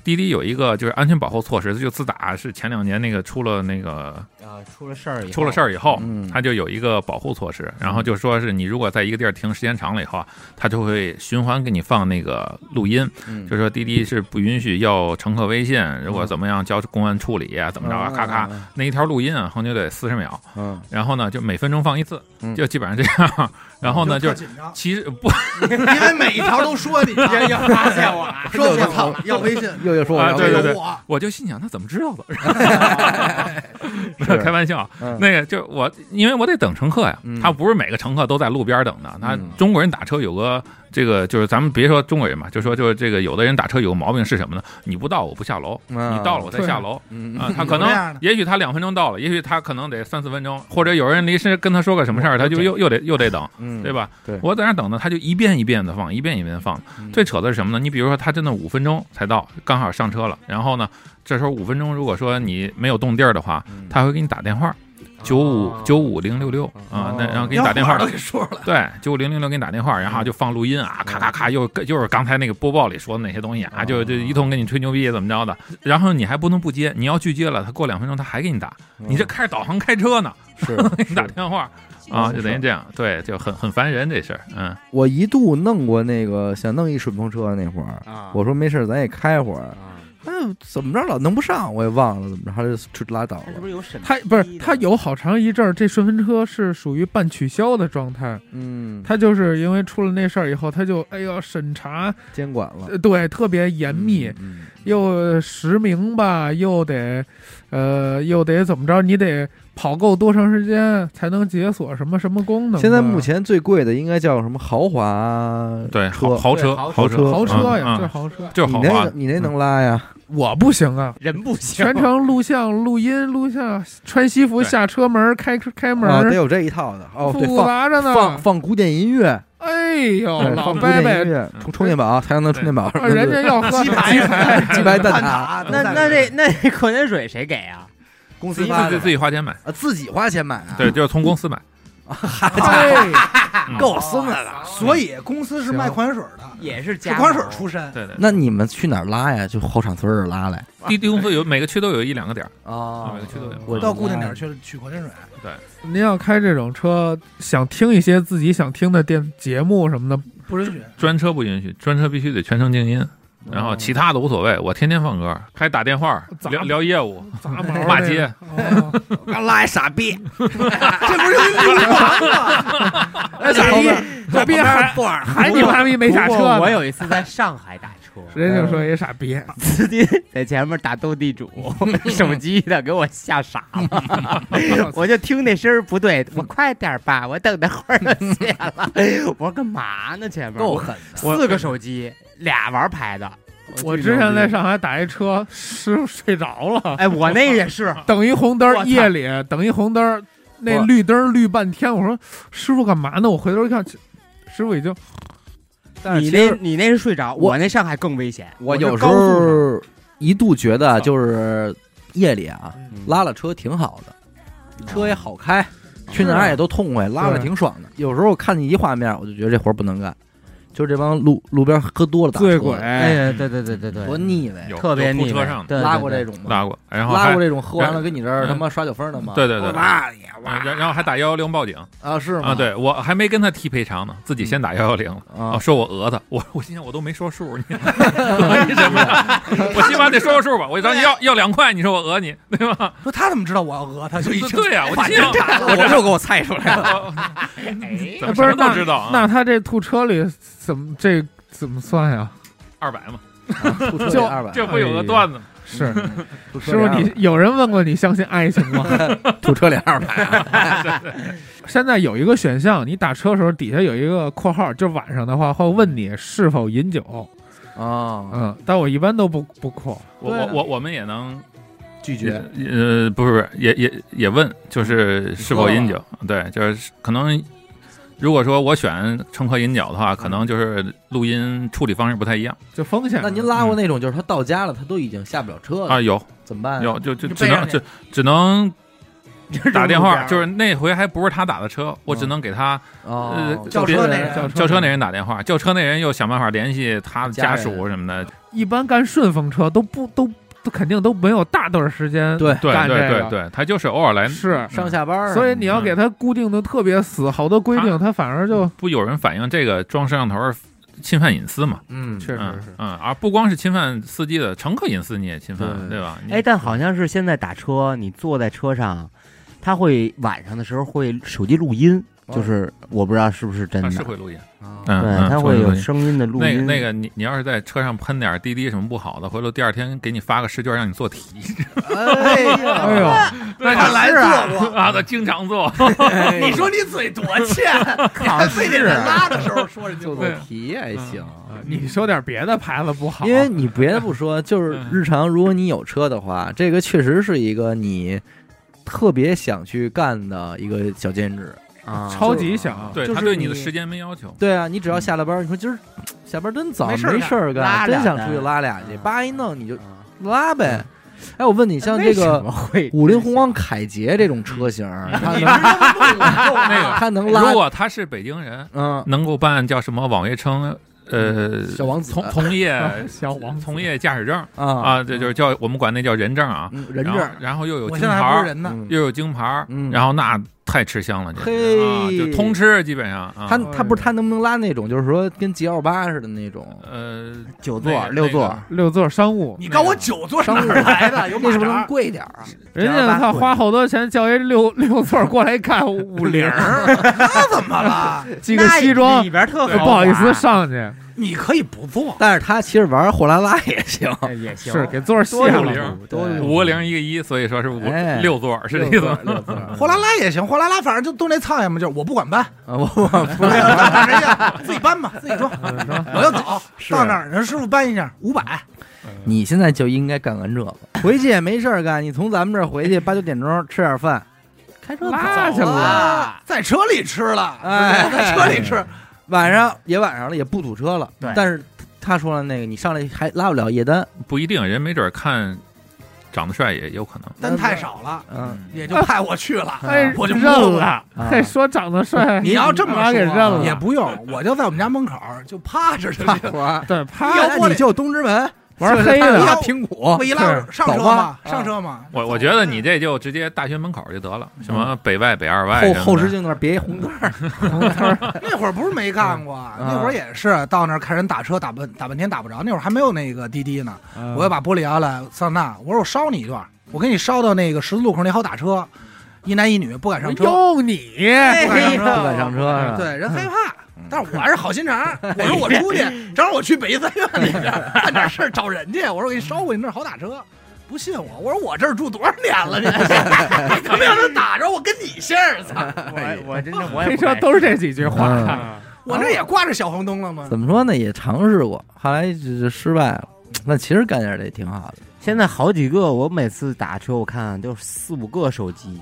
滴滴有一个就是安全保护措施，就自打是前两年那个出了那个啊，出了事儿以后出了事儿以后嗯，它就有一个保护措施，然后就说是你如果在一个地儿停时间长了以后啊，它就会循环给你放那个录音，嗯就说滴滴是不允许要乘客微信，如果怎么样交公安处理啊，怎么着哦啊，咔咔，，那一条录音啊，横就得四十秒，嗯然后呢就每分钟放一次嗯，就基本上这 [LAUGHS] 样，然后呢就就特紧张，其实不因为每一条都说你，要要发现我了，说我操，要微信，又又说 [LAUGHS] 我啊要对对微对有我我就心想，他怎么 [LAUGHS] 知道的？是开玩笑，嗯那个就我，因为我得等乘客呀嗯，他不是每个乘客都在路边等的。那嗯中国人打车有个这个，就是咱们别说中国人嘛，就说就是这个有的人打车有个毛病是什么呢？你不到我不下楼，啊你到了我再下楼。嗯啊，他可有这样能的也许他两分钟到了，也许他可能得三四分钟，或者有人临时跟他说个什么事儿，他就又又得又得等，嗯，对吧？吧？对嗯我在那儿等呢，他就一遍一遍的放，一遍一遍的放。最扯的是什么呢？你比如说，他真的五分钟才到，刚好上车了，然后呢，这时候五分钟，如果说你没有动地儿的话，嗯他会给你打电话，九五九五零六六啊，那然后给你打电话要，都给说了，对，九五零零六给你打电话，然后就放录音啊，咔咔咔，又就是刚才那个播报里说的那些东西啊，就就一通给你吹牛逼怎么着的，然后你还不能不接，你要拒接了，他过两分钟他还给你打，你这开着导航开车呢，嗯是给 [LAUGHS] 你打电话啊，就等于这样，对，就很很烦人这事儿，嗯，我一度弄过那个想弄一顺风车那会儿，啊，我说没事儿咱也开会儿，啊哎呦怎么着老弄不上，我也忘了怎么着，他就就拉倒他是了不。是有审批他不是他有好长一阵儿，这顺风车是属于半取消的状态。嗯，他就是因为出了那事儿以后，他就哎呦审查，监管了，呃对，特别严密，嗯，又实名吧，又得，呃，又得怎么着？你得跑够多长时间才能解锁什么什么功能？啊现啊在目。前最贵的应该叫什么豪华？对，车豪豪对车豪豪车豪车呀，这嗯嗯是豪车，就是你豪那华嗯个，你那能拉呀？我不行啊！人不行，全程录像、录音、录像，穿西服对下车门、开开门，啊，得有这一套的哦。对，复放杂着呢。放放古典音乐，哎呦，对老哦放古伯典音伯，乐，嗯哦充充电宝，太阳能充电宝，啊人家要喝鸡排鸡排， [LAUGHS] 鸡排蛋挞，啊蛋挞，那那这那这矿泉水谁给啊？公司自己发自的己自己花钱买，啊，自己花钱买啊，对，就是从公司买，嗯哎够我孙子的。所以公司是卖矿泉水的，也是是加矿泉水出身，对对。那你们去哪儿拉呀？就后场村儿拉来滴滴公司有每个区都有一两个点儿，啊每个区都有。嗯我到固定点儿去取矿泉水。您要开这种车，想听一些自己想听的电节目什么的，不允许，专车不允许，专车必须得全程静音，然后其他的无所谓。我天天放歌，还打电话咋聊聊业务，杂毛那个骂街。哦刚拉一傻逼，这不是有一流氓吗？哎，傻逼，傻逼还不玩，还你妈逼没下不车过我呢，有一次在上海打 [LAUGHS] 车，人家就说一傻逼，司机 [LAUGHS] 在前面打斗地主， [LAUGHS] 手机的给我吓傻 [LAUGHS] 了， [LAUGHS] 我就听那声儿不对，我快点儿吧，我等那会儿就卸 [LAUGHS] 了。我说干嘛呢？前面够我狠我四个手机，俩玩牌的。我之前在上上，海打一车，师傅睡着了，哎，我那个也是， [LAUGHS] 等一红灯我儿，操夜里等一红灯儿，那我绿灯儿绿半天，我说师傅干嘛呢？我回头一看，师傅已经 [LAUGHS] 但是你其那实你那是睡着，我我那上海更危险。我是有时高速上候一度觉得啊就是夜里啊，拉了车挺好的，车也好开，嗯去哪儿也都痛快，拉了挺爽的。有时候看见一画面，我就觉得这活儿不能干，就是这帮路路边喝多了打车醉鬼，哎呀，对对对对多对，哎腻歪，啊有特别有腻铺歪车上的对对拉过对这种吗？拉过，然后拉还过这种喝完了跟你这儿嗯他妈耍酒疯的吗？对对对，然骂你哇，然后还打幺幺零报警啊，是吗？啊，对我还没跟他提赔偿呢，自己先打幺幺零了。啊啊，，说我讹他，我我心想我都没说数，你你什么 [LAUGHS] 呀？ [LAUGHS] 我起码得说个数吧，我找你要要两块，你说我讹你， [LAUGHS] 对吧？说他怎么知道我要讹他？就一听对呀，我心想我啊就给我猜出来了，我怎么不是什么都知道啊？那他这吐车里怎么这怎么算 [LAUGHS] 呀？二百嘛，吐啊车就二百，这不有个段子吗？是吐车 [LAUGHS] 师傅， 200你有人问过你相信爱情吗？ [LAUGHS] [LAUGHS] 吐车里二 [LAUGHS] 百，现在有一个选项，你打车的时候底下有一个括号，就晚上的话会问你是否饮酒。啊，嗯，但我一般都不不括。我我我我们也能拒也绝呃，不是不是，也也也问，就是是否饮酒？对，就是可能。如果说我选乘客饮酒的话，可能就是录音处理方式不太一样嗯就风险。那您拉过那种，就是他到家了，他都已经下不了车了，啊。有怎么办？有，就就你只背上能去只只能打电话，就是是那回还不是他打的车，我只能给他啊，呃叫别车那人叫轿车那人打电话，轿车那人又想办法联系他的家家属什么的。一般干顺风车都不都都肯定都没有大段时间对对干对这个对对，他就是偶尔来，是，上下班儿啊，所以你要给他固定的特别死，好多规定他反而就嗯不有人反映这个装摄像头儿侵犯隐私嘛？嗯，确嗯实是。嗯，而不光是侵犯司机的，乘客隐私你也侵犯，对对吧？你哎，但好像是现在打车，你坐在车上，他会晚上的时候会手机录音，就是我不知道是不是真他的，是会录音，啊嗯，对，嗯他会会录有音。声音的录那个音。那个，你你要是在车上喷点儿滴滴什么不好的，回头第二天给你发个试卷让你 [LAUGHS] 做题，哎 [LAUGHS] 哎呀，呦，那看来做过。啊，他经 [LAUGHS] 常做，哎你说你嘴多欠， [LAUGHS] 还非得啊在拉的时候说人就就做题还行。你说点别的牌子不好，因为你别的不说，就是日常，如果你有车的话，这个确实是一个你特别想去干的一个小兼职。啊，超级响。对就他是对你的你时间没要求。对啊，你只要下了班儿，你说今儿下班儿真早，没事儿没事儿拉干，俩真想呢出去拉俩去，嗯叭一弄你就拉呗。哎，我问你，像这为什个么会五菱宏光凯捷这种车型儿，它能 [LAUGHS] 那个它能如拉，果他是北京人，嗯，能够办叫什么网约车，呃，小王子从从业嗯 [LAUGHS] 小王从业驾驶证啊，啊，这就是叫我们管那叫人证啊，嗯人证然后儿，然后又有我金现在牌还不是儿，人呢，嗯又有金牌儿嗯，然后那太吃香了，这嘿啊，就通吃基本上他啊，他不嗯是他能不能拉那种，就是说跟 G L 八似的那种呃，九那座个六座？六座商务，你告我酒坐哪商务儿 [LAUGHS] 来的？那是有马不是能扎，贵点儿啊？人家他花好多钱叫一六六座过来干五菱儿，那怎么了？系个西装里，边特不好意思上去，你可以不坐，但是他其实玩货拉拉也行，哎也行，是给座儿多卸有了。零， [LAUGHS] 都有五个零一个一，所以说是五哎六座是这意思吗？六 [LAUGHS] 字儿货拉拉也行，货拉拉反正就都那苍蝇嘛，就是我不管搬，啊，我我不 [LAUGHS] 反正人家自己搬吧，自己装，嗯我要走是到哪儿让师傅搬一下，五百，你现在就应该干完这个，回去也没事儿干，你从咱们这儿回去八九点钟吃点 [LAUGHS] 饭，开车拉去走了，啊在车里吃了，哎在车里吃， [LAUGHS] 晚上也晚上了，也不堵车了。对但是他说了那个，你上来还拉不了夜单，不一定，人没准儿看长得帅也有可能。单太少了，嗯，也就派我去了。哎， [LAUGHS] 我就认摸摸了。啊 [LAUGHS] [LAUGHS] 嘿，说长得帅，你要这么把说给认了，也不用，我就在我们家门口儿就趴着就大行。伙儿，对，啪要不那你就东直门玩黑的拉苹果我，一拉是上车走吧嘛，上车啊嘛。我我觉得你这就直接大学门口就得了，什么北外、北二外嗯后什么后的视镜那儿别一红盖儿，那会儿不是没干过，那会儿也是到那儿看人打车，打半打半天打不着。那会儿还没有那个滴滴呢，嗯我又把玻璃摇来，桑娜，我说我捎你一段，我给你捎到那个十字路口那好打车，一男一女不敢上车，用你，不敢上不车，敢哎上车是吧？对，人害怕。但是我还是好心肠，我说我出去，正好我去北医三院里边办点事儿找人去，我说我给你捎过去，那儿好打车。不信我，我说我这儿住多少年了，你你他妈让他打着我跟你姓儿，操！我我真的我也黑不车敢都是这几句话。嗯 [LAUGHS] 我那也挂着小红灯了吗？怎么说呢？也尝试过，后来就就失败了。那其实干点儿这也挺好的，现在好几个，我每次打车我看都是四五个手机，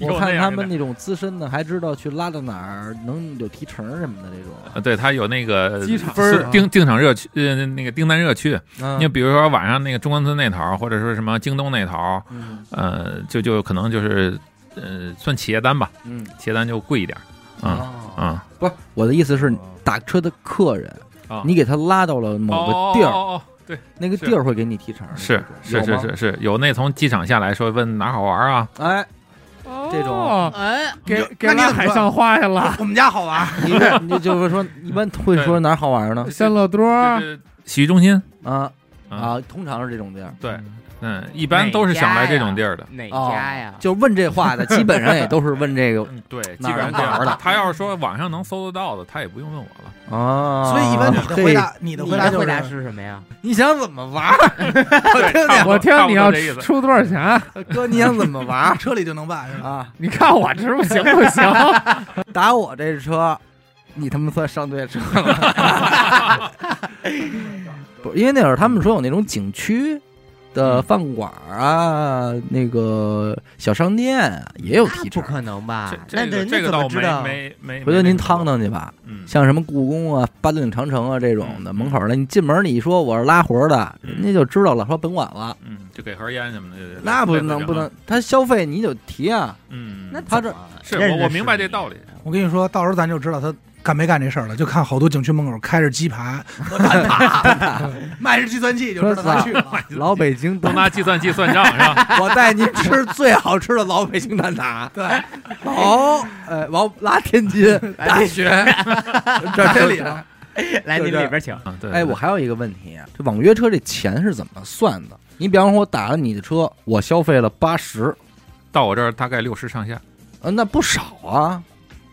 有我看那他样的们那种资深的，还知道去拉到哪儿能有提成什么的这种。呃对，它有那个呃机场分儿定定场热区，呃，那个订单热区。啊嗯你比如说晚上那个中关村那头儿，或者说什么京东那头儿，嗯呃，就就可能就是呃，算企业单吧，嗯企业单就贵一点儿。嗯，哦啊，不是我的意思是打车的客人啊，你给他拉到了某个地儿，哦哦哦对，那个地儿会给你提成。是有是是吗是是，有那从机场下来说问哪好玩啊，哎，这种哦哎，给给那你拉怎么海说上花去 [LAUGHS] 了，我们家好玩，你这你就是说，一般会说哪儿好玩呢？仙乐多这儿是洗浴中心，啊啊啊，通常是这种地儿。对，嗯，一般都是想来这种地儿的，哪哦家呀？就问这话的，基本上也都是问这 [LAUGHS] 个嗯，对，基哪本儿上能这样好玩的他要是说网上能搜得到的，他也不用问我了。啊。所以一般你的嘿回，答，你的你哦回答的就回答是是什么呀？你想怎么玩儿？ [LAUGHS] 我听听，我听你要差不多这意思出多少钱？啊哥，你想怎么玩儿车里就能办是吧？啊？ [LAUGHS] 你看我值不行不行？打我这车，你他妈算上对车了。不，因为那会儿他们说有那种景区的饭馆啊，那个小商店啊也有提不成。可能啊吧？这这那个那这那个怎倒么知道？没没没，回头您那个趟，趟去吧，嗯，像什么故宫啊、八达岭长城啊这种的，门口的，你进门你一说我是拉活的，嗯人家就知道了，说本馆了。嗯，就给盒烟什么的，那不能不能，，他消费你得提啊。嗯，那他这怎么是认识我我明白你这道理，我跟你说，到时候咱就知道他干没干这事儿了，就看好多景区门口开着鸡 [LAUGHS] 排和蛋挞，卖着计算器，就知道他去了。老北京都蛋挞，拿计算器算账是 [LAUGHS] 吧？我带您吃最好吃的老北京蛋挞。对，哦，呃，往拉天津大哎学， [LAUGHS] 这这里头。来，就您这里边请。啊，对，哎，我还有一个问题，这网约车这钱是怎么算的？你比方说，我打了你的车，我消费了八十，到我这儿大概六十上下，呃，那不少啊。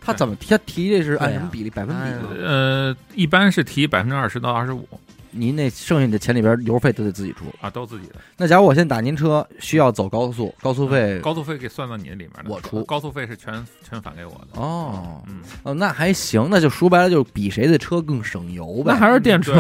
他怎么提？他提这是按对啊什么比例？百分比哎吗？呃，一般是提百分之二十到二十五您那剩下的钱里边油费都得自己出。啊，都自己的，那假如我现在打您车，需要走高速，高速费嗯高速费给算到你里面的，我出高速费是全全返给我的，哦嗯，哦，那还行，那就说白了就是比谁的车更省 [LAUGHS] 油那呗。还是电车，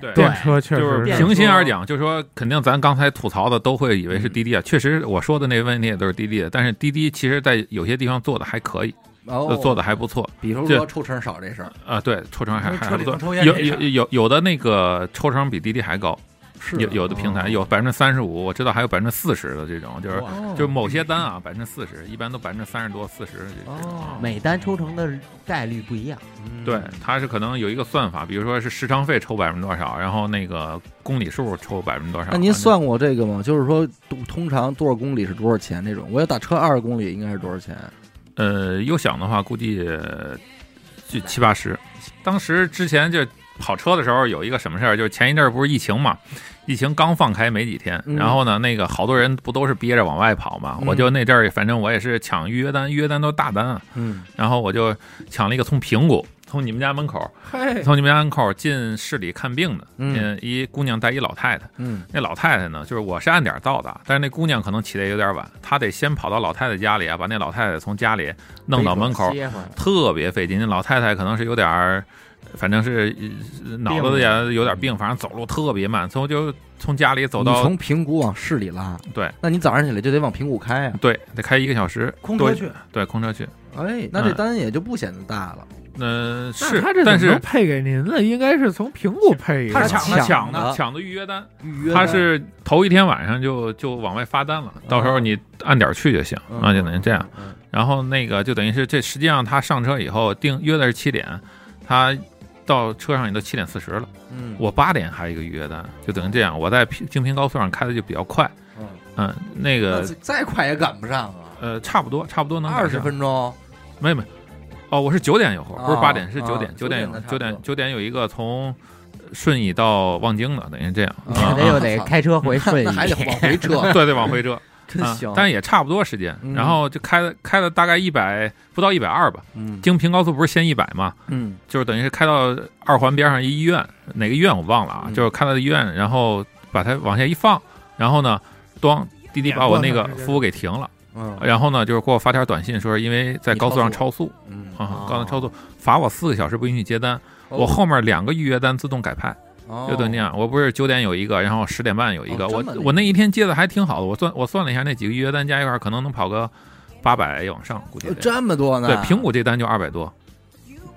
对对电车确就是实电平心车而讲，就是说，肯定咱刚才吐槽的都会以为是滴滴嗯啊。确实，我说的那问题也都是滴滴的，但是滴滴其实在有些地方做的还可以，哦，做的还不错比如这说抽成少这事儿，啊、对，抽成还还车还里不头抽错。烟有这事有儿有有的那个抽成比滴滴还高，是啊哦有有的平台有百分之三十五，我知道还有百分之四十的这种，就是哦就是某些单啊百分之四十，一般都百分之三十多四十这种。哦，每单抽成的概率不一样，嗯对，它是可能有一个算法，比如说是时长费抽百分之多少，然后那个公里数抽百分之多少。那您算过这个吗？就是说，通通常多少公里是多少钱这种？我要打车二十公里应该是多少钱？啊呃，优享的话估计呃就七八十。当时之前就跑车的时候有一个什么事儿，就是前一阵儿不是疫情嘛，疫情刚放开没几天，嗯然后呢，那个好多人不都是憋着往外跑嘛，嗯我就那阵儿反正我也是抢预约单，预约单都是大单啊，嗯，然后我就抢了一个从平谷。从你们家门口，嘿，从你们家门口进市里看病的，嗯呃，一姑娘带一老太太，嗯，那老太太呢，就是我是按点儿到的，但是那姑娘可能起得有点晚，她得先跑到老太太家里啊，把那老太太从家里弄到门口，歇会儿特别费劲。那老太太可能是有点儿，反正是呃脑子也有点病，反正走路特别慢，从就从家里走你到从平谷往市里拉，对，那你早上起来就得往平谷开啊呀。对，得开一个小时，空车对去，对空车去。哎，那这单也就不显得大了。嗯、那是他这，但怎么能是配给您的？应该是从平谷配一他个是。抢的抢的抢的预约单，预约他的是头一天晚上就就往外发单了，到时候你按点儿去就行嗯啊，就等于这样嗯。然后那个就等于是这，实际上他上车以后定约的是七点，他到车上也都七点四十了。嗯，我八点还有一个预约单，就等于这样。我在平京平高速上开的就比较快，嗯嗯，那那个再再快也赶不上啊，呃，差不多，差不多能赶二十上，分钟。没没。哦，我是九点有活，不是哦八点，是哦九点，九点点有的差不九多点九点有一个从顺义到望京的，等于这样。啊可啊能又得开车回顺 [LAUGHS] [LAUGHS] 义那，还得往回撤， [LAUGHS] 对对，往回折，真啊行。但也差不多时间嗯。然后就开了开了大概一百不到一百二吧，嗯京平高速不是限一百吗？嗯，就是等于是开到二环边上一医院，哪个医院我忘了啊，嗯就是开到医院，然后把它往下一放，然后呢，咣，滴滴把我那个服务给停了，嗯然后呢，就是给我发条短信说是因为在高速上超速嗯，啊哦，高速超速罚我四个小时不允许接单，哦我后面两个预约单自动改派，哦就等于那样，我不是九点有一个，然后十点半有一个，哦这我么厉害我那一天接的还挺好的，我算我算了一下那几个预约单加一块儿，可能能跑个八百往上，估计呃得。这么多呢？对，平谷这单就二百多，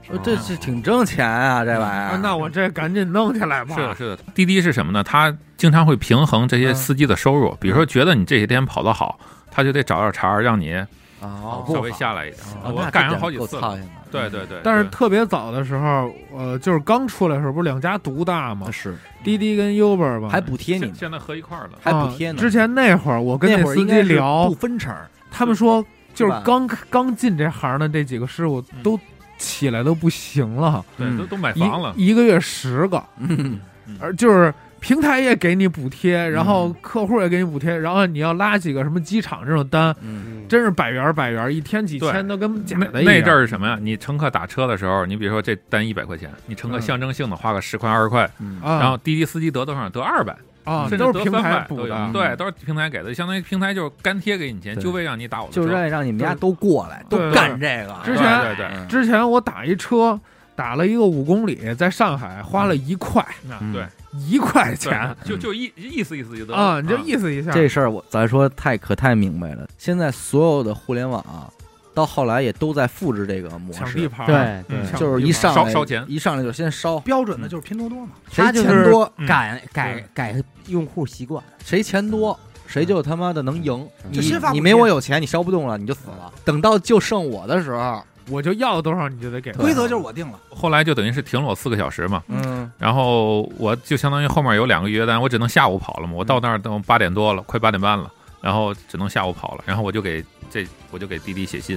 呃，这是挺挣钱啊，这玩意啊儿。嗯那我这赶紧弄起来吧。是的，是的。滴滴是什么呢？它经常会嗯平衡这些司机的收入，比如说觉得你这些天跑得好，他就得找找茬儿，让你啊，稍微下来一点。啊，我那赶这上点好几够次操了，心的对对对。但是对特别早的时候，呃，就是刚出来的时候，不是两家独大吗啊，？是滴滴跟 Uber 吧，还补贴你现呢，现在合一块儿了，还啊补贴呢。之前那会儿，我跟那会儿司应机该是聊不，分成，他们说就是吧刚刚进这行的这几个师傅嗯都起来都不行了，对，都都买一房了。一个月十个，嗯，而就是平台也给你补贴，然后嗯客户也给你补嗯贴，然后你要拉几个什么机场这种单，嗯真是百元儿百元儿，一天几千对都跟假那的一那样。阵儿是什么呀？你乘客打车的时候，你比如说这单一百块钱，你乘客嗯象征性的花个十块二十块，嗯啊，然后滴滴司机得多少得二百，啊，甚至都得是平300台都补有的，嗯对，都是平台给的，相当于平台就是干贴给你钱，对就为让你打我的就车。让让你们家都过来，都对干这个。之对前对对嗯之前我打一车，打了一个五公里，在上海花了一块嗯对一块对钱就就意意思意思就得了啊，你就意思一下，这事儿我咱说太可太明白了。现在所有的互联网啊、到后来也都在复制这个模抢地式，盘儿，对嗯对，抢就是地一盘儿上烧来烧钱一上来就先烧，标准的就是拼多多嘛，谁他就钱是多嗯改改改用户习惯，谁钱多。谁就他妈的能赢，嗯就先发布你你贴没我有钱，你烧不动了，你就死嗯了。等到就剩我的时候，我就要多少你就得给。对规则就是我定了。后来就等于是停了我四个小时嘛，嗯，然后我就相当于后面有两个约单，我只能下午跑了嘛。我到那儿都八点多了，快八点半了，然后只能下午跑了。然后我就给这我就给滴滴写信，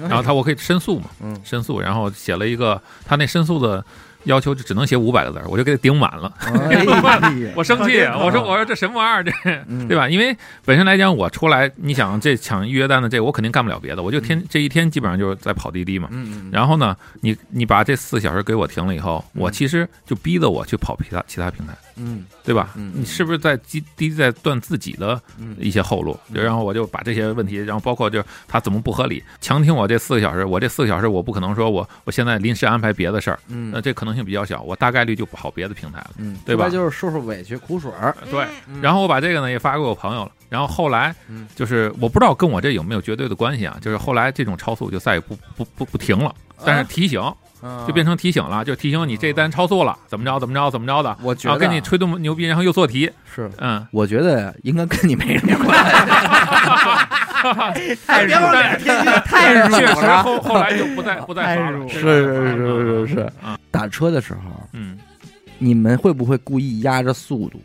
哎然后他我可以申诉嘛，嗯申诉，然后写了一个他那申诉的要求就只能写五百个字儿，我就给他顶满了。哎呀我生 [LAUGHS] 气，我说我说这什么玩意儿，这 [LAUGHS] 嗯对吧？因为本身来讲，我出来，你想这抢约单的这，我肯定干不了别的，我就天这一天基本上就是在跑滴滴嘛。嗯嗯，嗯然后呢，你你把这四小时给我停了以后，我其实就逼着我去跑其他其他平台，嗯对吧？嗯你是不是在滴滴在断自己的嗯一些后路？就然后我就把这些问题，然后包括就是他怎么不合理，强听我这四个小时，我这四个小时我不可能说我我现在临时安排别的事儿，嗯那这可能性比较小，我大概率就跑别的平台了。嗯，对吧说白就是受受委屈、苦水儿。对，嗯然后我把这个呢也发给我朋友了。然后后来嗯，就是我不知道跟我这有没有绝对的关系啊，就是后来这种超速就再也不不不不停了，嗯啊但是提醒就变成提醒了，就提醒你这单超速了，怎么着怎么着怎么着的，我啊觉得然后跟你啊吹这么牛逼，然后又做题，是，嗯，我觉得应该跟你没什么关系。太哎别忘 [LAUGHS] 了天津太冷确实了，后后来就不再不再发了，入是是是嗯。打车的时候，嗯，你们会不会故意压着速度？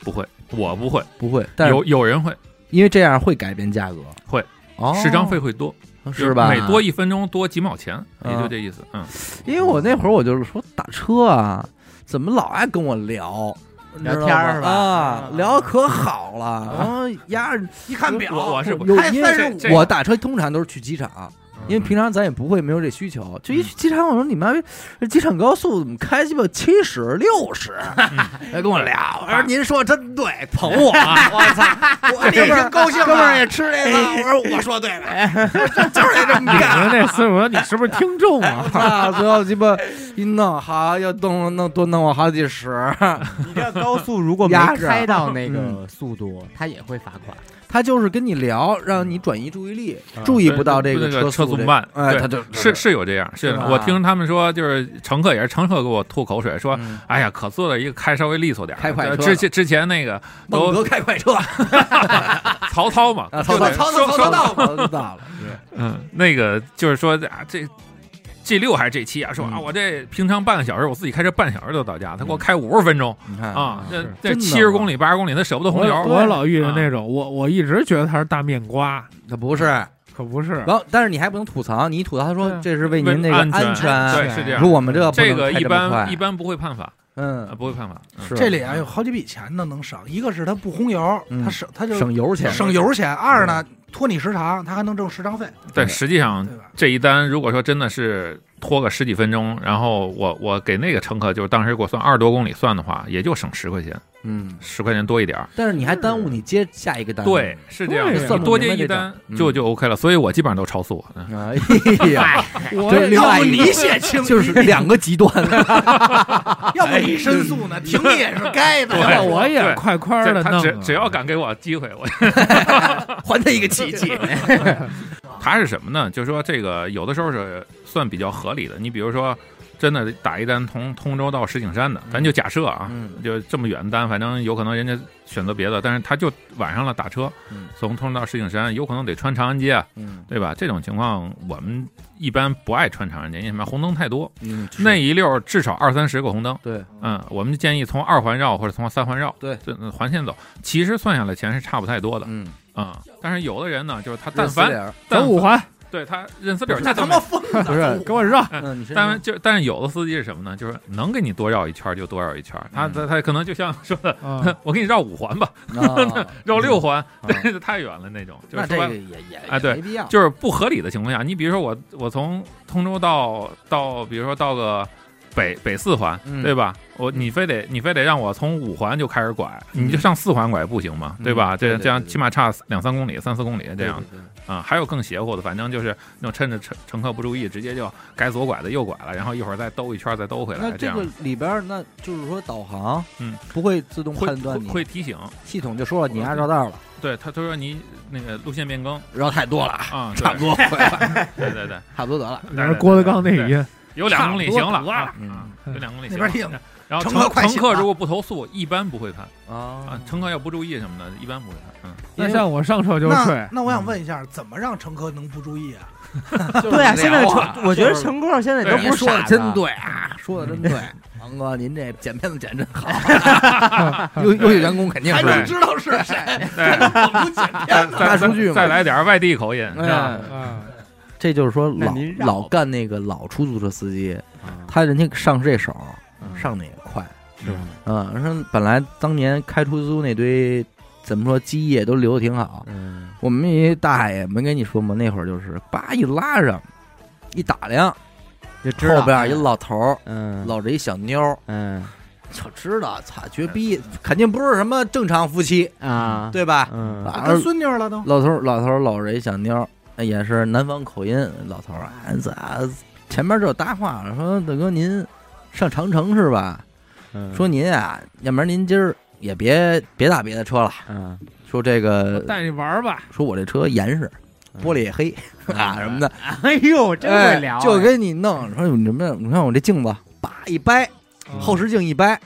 不会，我不会，不会，但有是有人会，因为这样会改变价格，会哦，时张费会多，就是吧？每多一分钟多几毛钱，也就啊这意思，嗯，因为我那会儿我就是说打车啊，怎么老爱跟我聊聊天儿你知道吧吗啊，聊可好了，然后压着一看我我表，我是不有嗯开因三十为五这哎我打车通常都是去机场。因为平常咱也不会没有这需求，就一去机场，我说你妈逼，这机场高速怎么开鸡巴七十六十？嗯来跟我聊，我说您说真对，捧我，啊我 [LAUGHS] 操，我这边高啊兴，哥们儿也吃这个，我说我说对 [LAUGHS] 了，就是得这么你干。们那四五，你是不是听 [LAUGHS] 众啊？啊，最后鸡巴一弄好，又动弄多弄我好几十，你这高速如果没压着开到那嗯个速度，他也会罚 [LAUGHS] 款。他就是跟你聊，让你转移注意力，嗯注意不到这对对车车速速这个慢哎，对他就是是有这样，是吧我听他们说，就是乘客也是乘客给我吐口水，说嗯，哎呀，可坐的一个开稍微利索点儿，开快车之前之前那个 [LAUGHS] 猛哥都开快车，曹操嘛，啊， [LAUGHS] 操就得操说操操说操到了，操到了，嗯，那个就是说啊，这 G 六还是 G 七啊，说啊，嗯我这平常半个小时，我自己开车半小时就到家，他给我开五十分钟你看啊，这真这的七十公里八十公里，他舍不得红我油儿。我老遇见啊那种，我我一直觉得他是大面瓜，他不是，可不是。然后但是你还不能吐槽，你一吐槽他对说这是为啊为您那个安全全，对是这样说我们这不这能个开一这么快般一般不会判罚，啊嗯不会判罚。嗯是这里啊有好几笔钱呢能省，一个是他不红油，嗯他省他就省油钱，省油钱；二呢拖你时长，他还能挣时长费，但实际上对吧？这一单如果说真的是拖个十几分钟，然后我我给那个乘客就是当时给我算二十多公里算的话，也就省十块钱，嗯，十块钱多一点儿。但是你还耽误你接下一个单，对，，是这样对的，呀你多接一单嗯就就 OK 了。所以我基本上都超速。嗯哎呀，我这是另外一个要不你写清就是两个极端，要不你申诉哎呢？停你也是该 [LAUGHS] 的。对我也对快快这的他只啊弄，只要敢给我机会，我还他一个奇迹。他是什么呢？就是说这个有的时候是算比较合理的。你比如说，真的打一单通通州到石景山的，咱就假设啊，嗯就这么远的单，反正有可能人家选择别的，但是他就晚上了打车嗯，从通州到石景山，有可能得穿长安街，啊，嗯对吧？这种情况我们一般不爱穿长安街，因为什么？红灯太多，嗯，那一溜儿至少二三十个红灯。对，嗯，我们建议从二环绕或者从三环绕，对这，呃环线走。其实算下来钱是差不太多的嗯，啊、但是有的人呢，就是他但认死理凡儿但走五环，对他认死理儿，那他他都妈没。疯不是子，给我绕。嗯，你是但就但是有的司机是什么呢？就是能给你多绕一圈儿就多绕一圈儿，他他他可能就像说的，嗯 [LAUGHS] 我给你绕五环吧，啊绕六环， [LAUGHS] 嗯这、太远了那种。就那是这说白个了也也哎对没必要，就是不合理的情况下，你比如说我我从通州到到，比如说到个北北四环，嗯对吧？我你非得你非得让我从五环就开始拐，你就上四环拐不行吗？嗯对吧？对这对这样对对起码差两三公里、三四公里这对样对对啊、还有更邪乎的，反正就是那种趁着乘乘客不注意，直接就该左拐的右拐了，然后一会儿再兜一圈再兜回来，那这这样个里边儿，那就是说导航，嗯，不会自动会判断会你，会提醒。系统就说了你按绕道了，对他他说你那个路线变更绕太多了， [LAUGHS] 啊，对差不多快了。对对对，差不多得了，对然后郭德纲那语对音，有两公里行了差不多得啊，了啊有嗯两公里那行边了。挺然后乘乘客快醒客了嗯如果不投诉，一般不会判啊啊。乘客要不注意什么的，一般不会判。嗯，那像我上车就睡那，那我想问一下，怎么让乘客能不注意啊？对啊，就是现在聊啊乘，我觉得乘客现在都您不是说的傻真，对啊，说的真对，王哥，您这剪片子剪真好，优优秀员工肯定还是能哎知道是谁？对，不剪片子，大数据嘛再来点外地口音，是吧？呃哎啊，这就是说那老您绕吧老干那个老出租车司机，他人家上这手上的也快，是吧？嗯，说本来当年开出租那堆怎么说基业都留的挺好，嗯，我们一大爷没跟你说吗？那会儿就是叭一拉上，一打量，就知道哎后边一，老头儿嗯，搂着一小妞儿，嗯就知道操绝逼，肯定不是什么正常夫妻，啊，，对吧？嗯，啊跟孙女儿了都。老头儿老头儿搂着一小妞儿，哎也是南方口音，老头儿啊，咋前面就有搭话了，说大哥您上长城是吧？嗯说您啊，要不然您今儿也别别打别的车了，嗯，说这个带你玩儿吧，说我这车严实，玻璃也黑、啊什么的，哎呦，真会聊哎啊，就给你弄说你什么？你看我这镜子，叭一掰，嗯嗯后视镜一掰，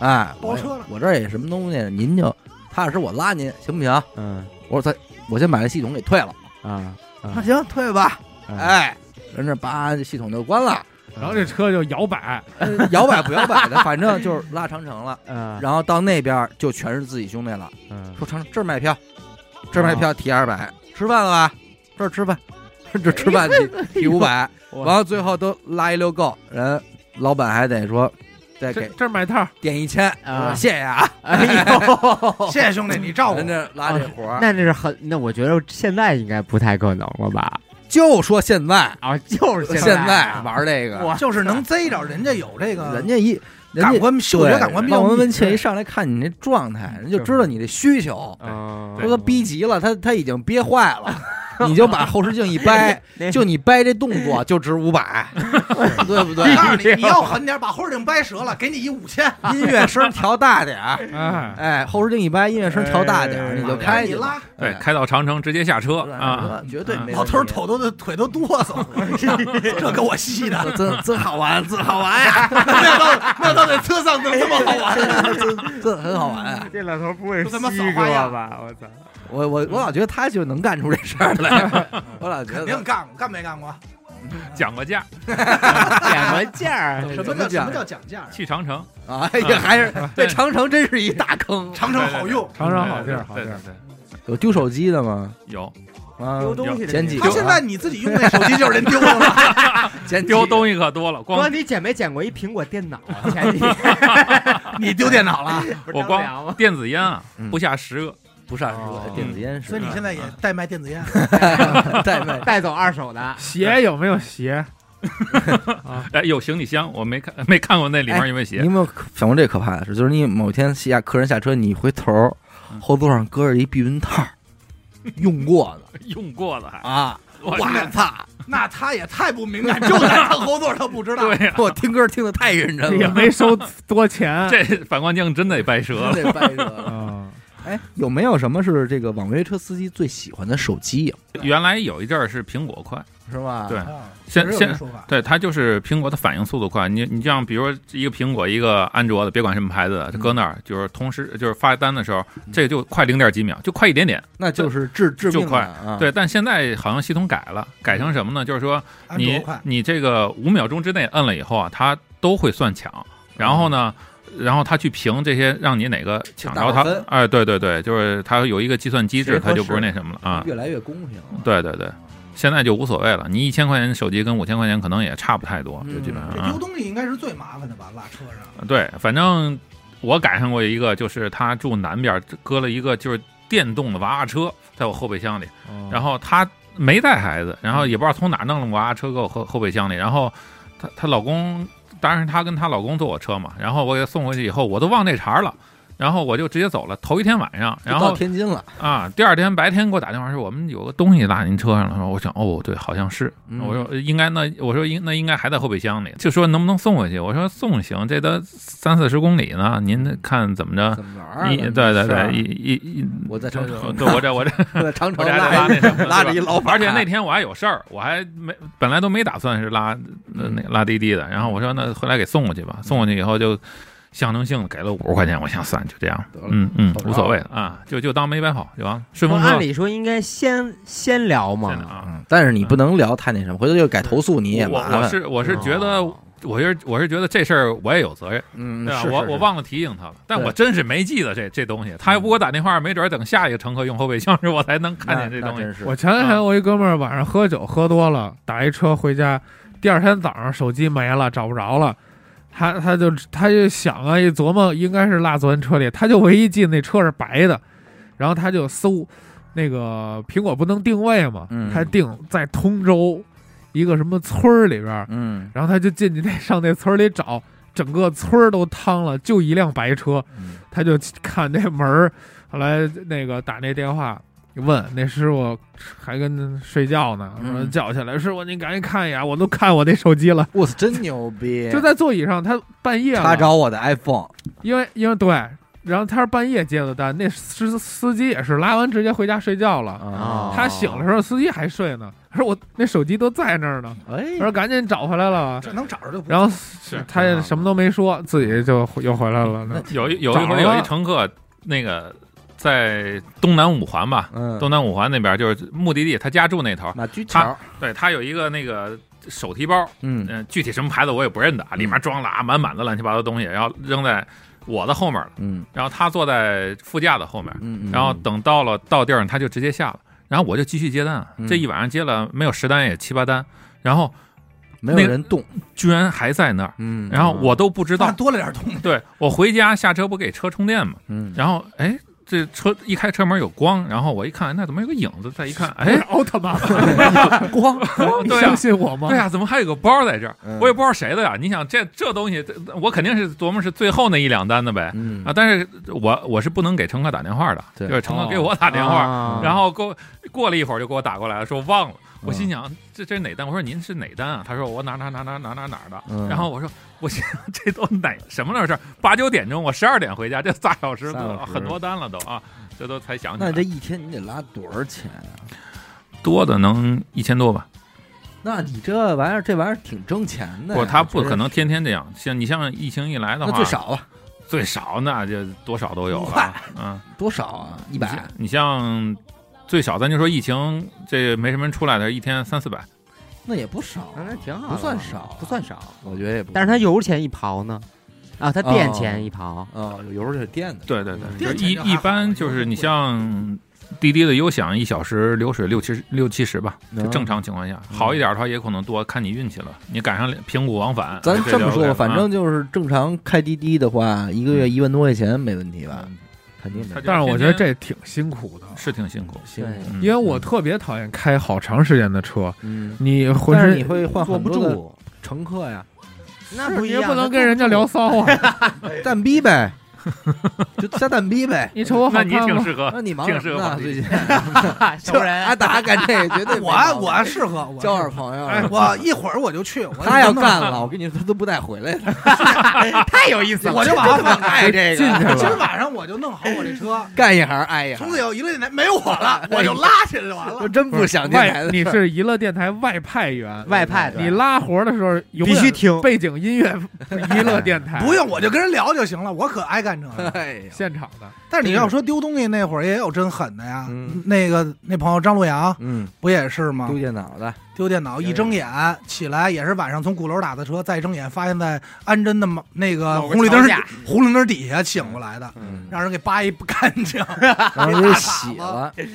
哎，包车了我我这儿也什么东西，您就踏踏实，我拉您行不行？嗯我说咱我先把这系统给退了，啊，那行退吧，嗯哎，人这叭这系统就关了，然后这车就摇摆，摇摆不摇摆的，反正就是拉长城了。嗯， [LAUGHS] 然后到那边儿就全是自己兄弟了，嗯说长城这儿买票，这儿哦买票提二百，吃饭了吧？这儿吃饭，这儿吃 [LAUGHS] 饭提提五百，我完了最后都拉一溜够，人老板还得说再这给这买套，垫一千，啊谢谢啊，哎哦呦，谢谢兄弟，你照顾人。家拉这活儿，哦那这是很，那我觉得现在应该不太可能了吧？就说现在啊，就是现在啊在，玩这个，我就是能逮着人家有这个啊人家一人感家。官嗅觉感官比较望敏闻问锐切一上来看你那状态，人就知道你的需求。嗯，说他逼急了，他他已经憋坏了，你就把后视镜一掰，那就你掰这动作就值五百， [LAUGHS] 对不对哎我？告诉你，你要狠点，把后视镜掰折了，给你一五千。音乐声调大点儿，哎，哎，后视镜一掰，音乐声调大点哎儿，你就开你去了。拉，对，开到长城直接下车啊，啊，绝哎对没老头儿问题头都的腿都哆嗦， [LAUGHS] 这给我吸的。真真好玩，真好玩 [LAUGHS] 呀！没有到没有到在车上能这么哎好玩。真真很好玩啊！这老头不会都他妈西扫花瓜样吧？我操！我我我老觉得他就能干出这事儿来，我老觉肯得定干过，干没干过？讲 [LAUGHS] 个价，哎点个价儿，什怎叫么什讲么叫讲价啊？去长城，啊，哎呀，还 [LAUGHS] 是这长城真是一大坑。长城好用，长城好地儿，好对地对儿，对， [LAUGHS] 有丢手机的吗？有啊，丢嗯东西的捡几对那他个个。现在你自己用那手机就是人丢的了。捡丢西。东西可多了，哥，光你捡没捡过一苹果电脑啊？前几天 [LAUGHS] 你丢电脑了，不是啊我张光良吗电子烟啊嗯，不下十个，不上市了哦嗯电子烟是。 [LAUGHS] 所以你现在啊也代卖电子烟。在 [LAUGHS] 卖带走二手的，鞋有没有鞋？ [LAUGHS] 哎，有行李箱，我没看没看过那里面有没有你鞋有没有想过这可怕的事？就是你某天下客人下车，你回头儿嗯后座上搁着一避孕套儿， [LAUGHS] 用过的用过的还，啊！我哇操！ [LAUGHS] 那他也太不敏感，就在他后座，他不知道。对哎呀，哎我听歌听的太认真也了，没收多钱， [LAUGHS] 这反光镜真得掰折了。真得掰扯了。啊， [LAUGHS] 哎，有没有什么是这个网约车司机最喜欢的手机呀？啊原来有一阵儿是苹果快，是吧？对啊现确实有现这说法，对，它就是苹果的反应速度快。你你像比如说一个苹果一个安卓的，别管什么牌子嗯的，就搁那儿就是同时就是发单的时候，这个就快零点几秒，就快一点点。那就是致致就命的快啊！嗯对，但现在好像系统改了，改成什么呢？就是说安卓你快，你这个五秒钟之内摁了以后啊，它都会算抢。然后呢，然后它去评这些让你哪个抢打着满它分。哎，对对对，就是它有一个计算机谁制，合它就不是适那什么了啊。越来越公平了。对对对，现在就无所谓了。你一千块钱的手机跟五千块钱可能也差不太多，就基本上嗯这啊丢。东西应该是最麻烦的吧？落车上，对，反正我赶上过一个，就是他住南边，搁了一个就是电动的娃娃车在我后备箱里，哦然后他没带孩子，然后也不知道从哪儿弄了个娃娃车搁我后后备箱里，然后她她老公，当然是她跟她老公坐我车嘛，然后我给她送回去以后，我都忘这茬儿了。然后我就直接走了。头一天晚上，就然到后天津了，啊，第二天白天给我打电话说我们有个东西落您车上了，说我想哦，对，好像是，嗯我说呃应该那我说应那应该还在后备箱里，就说能不能送回去？我说送行，这都三四十公里呢，您看怎么着？嗯怎么玩儿一了？对对对，是一一一，我在长城， [LAUGHS] 对我 [LAUGHS] 这我这长我城这还得拉拉那什么 [LAUGHS] 拉着对吧一老板，嗯而且那天我还有事儿，我还没本来都没打算是拉呃嗯那拉滴滴的，然后我说那回来给送过去吧，送过去以后就象征性地给了五十块钱，我想算就这样得了，嗯嗯凑，合无所谓啊，就就当没白跑就完了，顺风车按理说应该先先聊嘛真的，啊。嗯但是你不能聊太那什么，回头又改投诉你也我麻我烦。是我是觉得，我是我是觉得这事儿我也有责任，哦嗯，对吧？是我是我是忘了提醒他了，但对嗯我真是没记得这这东西。他要不给我打电话，没准儿等下一个乘客用后备箱时，我才能看见这那那东西。真是我前两天我一哥们儿晚上喝酒喝多了，打一车回家，第二天早上手机没了，找不着了。他他就他就想啊，一琢磨应该是落昨天车里，他就唯一记得那车是白的，然后他就搜那个苹果不能定位嘛，嗯他定在通州一个什么村儿里边儿，嗯，然后他就进去那上那村儿里找，整个村儿都趟了，就一辆白车，嗯他就看那门儿，后来那个打那电话问那师傅还跟睡觉呢，嗯说叫起来师傅您赶紧看一眼，我都看我那手机了，我操，真牛逼！就在座椅上，他半夜了啊他找我的 iPhone，因为因为对，然后他是半夜接的单，那司司机也是拉完直接回家睡觉了。啊他醒的时候，司机还睡呢。他说：“我那手机都在那儿嗯呢。”哎他，说：“赶紧找回来了。这能找着就”不然后是他也什么都没说，自己就又回来了。那有一有一回早有一了乘客那个在东南五环吧，嗯，东南五环那边就是目的地，他家住那头儿，马驹桥，对他有一个那个手提包，嗯，嗯，具体什么牌子我也不认得啊，里面装了啊满满的乱七八糟东西，然后扔在我的后面了，嗯然后他坐在副驾的后面，嗯，嗯然后等到了到地儿，他就直接下了，然后我就继续接单啊嗯，这一晚上接了没有十单也七八单，然后没有那个人动，居然还在那儿，嗯，然后我都不知那道，多了点东西，对我回家下车不给车充电吗？嗯，然后哎，这车一开车门有光，然后我一看，那怎么有个影子？再一看， [LAUGHS] 哎，奥特曼，光你对呀、啊相 [LAUGHS] 信我吗？对哎呀、怎么还有个包在这儿啊嗯？我也不知道谁的呀。你想，这这东西，这我肯定是琢磨是最后那一两单的呗。嗯啊，但是我我是不能给乘客打电话的，对哦就是乘客给我打电话，啊然后给我过了一会儿就给我打过来了，说忘了。嗯我心想，这这是哪单？我说您是哪单啊？他说我哪哪哪哪哪哪哪儿的。嗯然后我说，我心想这都哪什么那事儿？八九点钟，我十二点回家，这仨小时仨小时嗯很多单了都啊，这都才想起那来这。一天你得拉多少钱啊？多的能一千多吧？那你这玩意儿，这玩意儿挺挣钱的呀。不，他不我觉得可。能天天这样。像你像疫情一来的那话，最少啊，最少那就多少都有五了块，嗯，多少啊？一一百。。你像最少，咱就说疫情这没什么人出来的，一天三四百，那也不少，啊那挺好的，不算少，不算，少。我觉得也不。但是他油钱一刨呢，啊，他电哦钱一刨，啊，有油是电的，对对对，电就一钱就还好一般就是你像滴滴的优享，一小时流水六七十六七十吧，就嗯正常情况下，好一点的话也可能多，看你运气了。你赶上平谷往返，咱这么就 OK 说吧，了反正就是正常开滴滴的话，一个月一万多块钱没问题吧？嗯肯定没问他就题。但是我觉得天这挺辛苦的，天是挺辛苦，行，嗯因为我特别讨厌开好长时间的车，嗯，你浑但是身你会换坐很不多的住。乘客呀，那是不你一也样，不能他跟人家坐聊骚啊。蛋逼呗，就下蛋逼呗。你瞅我那好你看挺吗？适合那你忙挺什适么合呢？跑题最近熟人阿达干这个绝 [LAUGHS] 对没我啊毛病我哎适合我交点朋友，我一会儿我就去，我他要干了，我跟你说他都不带回来的，太有意思了，我就把它 [LAUGHS] 放开爱哎这 [LAUGHS] 进去个我了。今儿晚上我就弄好我这车，干一行爱一从行，此有一个电台没有我了，我就拉起来就完了就。真不想电台外的你事儿是娱乐电台外派员，外派你拉活的时候永远必须听背景音乐，娱乐电台不用，我就跟人聊就行了，我可爱干这 [LAUGHS] 个。哎呀，现场的，但是你要说丢东西那会儿也有真狠的呀，嗯那个那朋友张路阳嗯，不也是吗丢？电脑的，丢电脑一睁眼起来也是晚上从鼓楼打的车，再睁眼发现在安贞的马那个某个红绿灯桥下红绿灯底下醒过来的，嗯，让人给扒一不干净，然后给洗了，嗯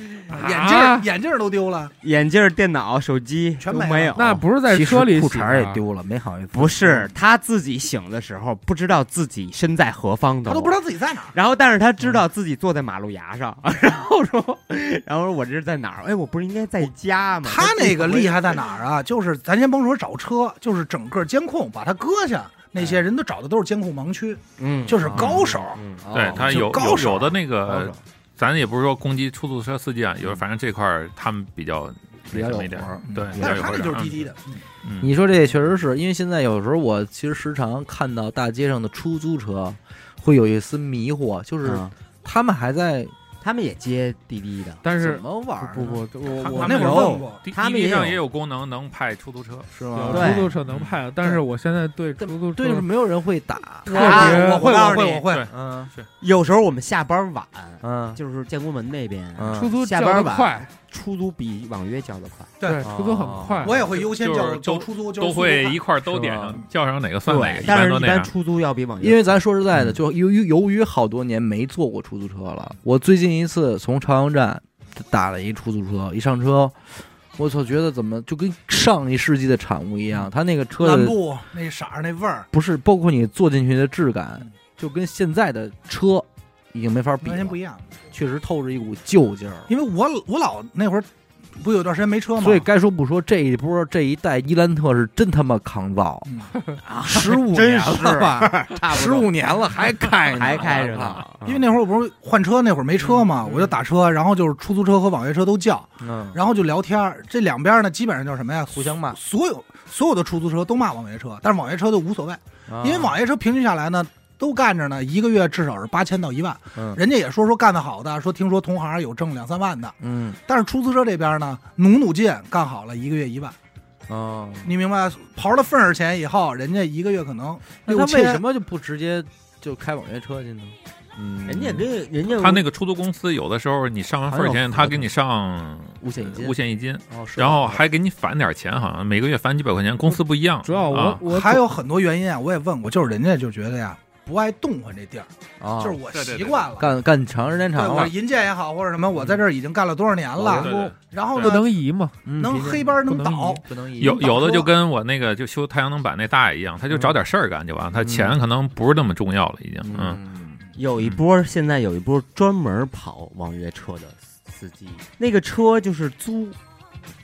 眼镜儿啊眼镜儿都丢了，眼镜、电脑、手机全都没没了有。那不是在其实车里裤洗啊衩也的，丢了，没好意思，不是他自己醒的时候，不知道自己身在何方的，他都不知道。自己在哪儿。然后，但是他知道自己坐在马路牙上，然后说，然后说我这是在哪儿？哎，我不是应该在家吗？他那个厉害在哪儿啊？就是咱先甭说找车，就是整个监控把他搁下，那哎些人都找的都是监控盲区，嗯，就是高手。嗯哦，对他就有高有手有的那高手个，咱也不是说攻击出租车司机啊，有反正这块儿他们比较比那较什有么一活点，儿。对，比较但是有他活儿那就是滴嗯滴的，嗯，你说这也确实是因为现在有时候我其实时常看到大街上的出租车，会有一丝迷惑，就是嗯他们还在他们也接滴滴的，但是怎么玩儿呢？不不不，我他我我那会儿问过，滴他们滴也上有也有功能能派出租车，是有吗？出租车能派，啊但是我现在对出租车对，就是没有人会打。特别我我会，告我诉会，你我会。嗯有时候我们下班晚，嗯就是建国门那边，嗯出租下叫班的晚快，出租比网约叫的快。对，哦出租很快，我也会优先就叫是都叫出租，就是都会速一块儿都是点吧上，叫上哪个算哪个，但般是都一那般样。啊出租要比网约因为咱说实在的，嗯就由于由于好多年没坐过出租车了，我最近一次从朝阳站打了一出租车，一上车，我操，觉得怎么就跟上一世纪的产物一样，他那个度车南的部那色儿那味儿，不是包括你坐进去的质感，就跟现在的车已经没法比完全不了，一样。嗯确实透着一股旧劲儿。因为我我老那会儿不有段时间没车吗？所以该说不说，这一波这一代伊兰特是真他妈抗造， [LAUGHS] 十五嗯真啊年了吧，差不十多五年了还开呢还开着呢，因为那会儿我不是换车，那会儿没车嗯嘛，我就打车，然后就是出租车和网约车都叫，嗯，然后就聊天儿。这两边呢，基本上叫什么呀？互相骂，所有所有的出租车都骂网约车，但是网约车就无所啊谓，因为网约车平均下来呢。都干着呢，一个月至少是八千到一万，嗯人家也说说干得好的，说听说同行有挣两三万的，嗯但是出租车这边呢，努努劲干好了，一个月一万，哦。你明白？刨了份儿钱以后，人家一个月可能那六他千。为什么就不直接就开网约车去呢？嗯人家跟人家他那个出租公司有的时候你上完份儿钱，他给你上呃五险一金，五险一金，哦，是吧然后还给你返点钱，好像每个月返几百块钱，公司不一样。主要我啊，我还有很多原因啊，我也问过，就是人家就觉得呀，不爱动换这地儿，啊就是我对对对习惯了。干干长时间对，长我了，银建也好，或者什么，我在这儿已经干了多少年对了，对对然后不呢，能移嘛，嗯能毕竟黑班能不能倒移，不能移有有的说就跟我那个就修太阳能板那大爷一样，他就找点事儿干就完了，他钱可能不是那么重要了，已经。嗯，嗯有一波，现在有一波专门跑网约车的司机，那个车就是租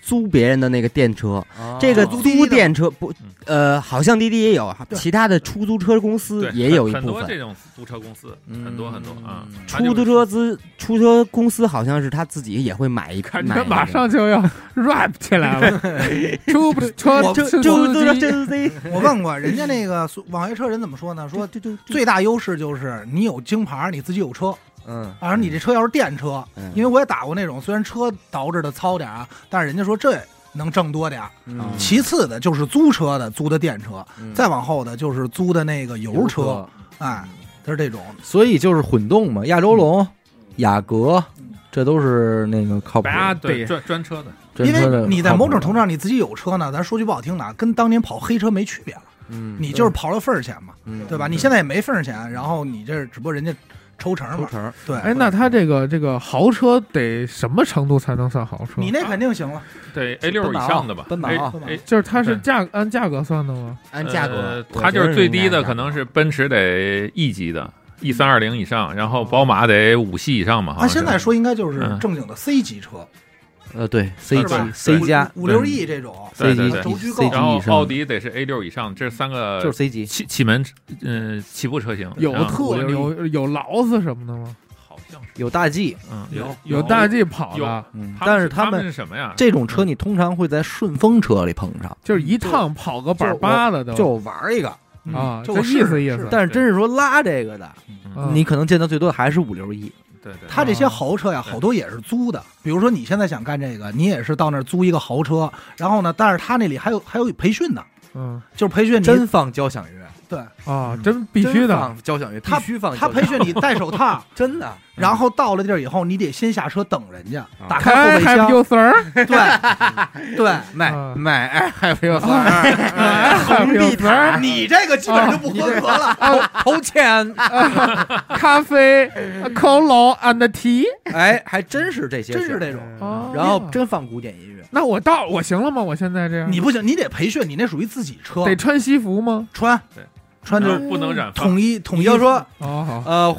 租别人的那个电车，啊这个滴滴租的电车不嗯，呃，好像滴滴也有，对其他的出租车公司对，也有一很很部多分。这种租车公司，嗯很多很多啊。他就出租是车资出租车公司好像是他自己也会买一感买一觉个马上就要 rap 起来了，出不车我就出就租就机就这我问过人家那个网约车人怎么说呢？ [LAUGHS] 说就就最大优势就是你有京牌儿，你自己有车。嗯啊，你这车要是电车，嗯因为我也打过那种，虽然车捯饬的糙点儿啊，但是人家说这能挣多点儿。嗯其次的就是租车的，租的电车，嗯再往后的就是租的那个油车，，哎，就是这种。所以就是混动嘛，亚洲嗯龙、雅阁，这都是那个靠谱，啊对对，专专车的，因真车为的你在靠谱某种程度上你自己有车呢，咱说句不好听的啊，跟当年跑黑车没区别了，嗯你就是刨了份儿钱嘛，嗯对吧？嗯你现在也没份儿钱，然后你这只不过人家抽成抽嘛，成对。哎，那他这个这个豪车得什么程度才能算豪车？你那肯定行了，啊对 A 六奔以马上的吧，奔马 A- 啊奔马 A 就是它是对价按价格算的吗？按价呃格，我它觉就得是最应该低的，按价可能是奔驰得 E 级的，E 三二零以上，然后宝马得五系以上嘛。好像按是现在说应该就是嗯正经的 C 级车，呃，对 C 是吧 G C 加嗯五五六亿这种，对 C 对对轴 G 距 C 够 G 然后以奥上，迪得是 A 六以上，这是三就个是 C G。起起门呃起步车型。有嗯特牛有劳斯什么的吗？好像是有大 G 嗯有大 G 跑的，嗯，他们但是他他们是什么呀？这种车你通常会在顺风车里碰上，就是一趟跑个板八嗯的都就玩儿一个。啊，就这我试意思试意试思。但是真是说拉这个的，嗯你可能见到最多的还是五六亿。对对，他这些豪车呀，嗯对好多也是租的。比如说你现在想干这个，你也是到那儿租一个豪车，然后呢，但是他那里还有还有培训呢，嗯就是培训你，真放交响乐，对啊，真必须真的，放交响乐，必他须放交响他乐。培训你戴手套， [LAUGHS] 真的，啊然后到了地儿以后，你得先下车等人家，打开开后备 Happy 箱， U 四儿，对 [LAUGHS] 对，买嗯啊买哎还没有 [LAUGHS] 三啊哎 Happy U 四儿，你这个基本上就啊不合格了。投钱，咖啡 Cola and Tea 哎，还真是这些事儿，真是这种，哎啊，然后真放古典音乐，那我到我行了吗？我现在这样你不行，你得培训，你那属于自己车，得穿西服吗？穿对穿就是嗯不能染发。统一统一。你就说哦，好，呃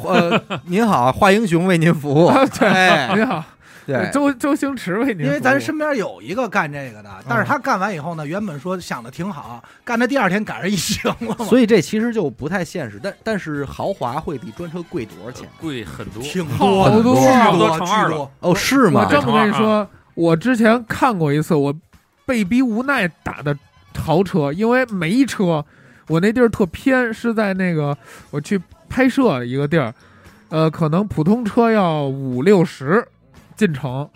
呃，您好，华英雄为您服务，哎，您好，对，周周星驰为您服务，嗯因为咱身边有一个干这个的，但是他干完以后呢，原本说想的挺好，干到第二天赶上疫情了嘛，所以这其实就不太现实，但但是豪华会比专车贵多少钱？贵很多，挺好的，多巨啊好多多乘二巨了多。哦，是我吗？这么跟你啊说，我之前看过一次，我被逼无奈打的豪车，因为没车，我那地儿特偏，是在那个我去拍摄一个地儿，呃，可能普通车要五六十进城，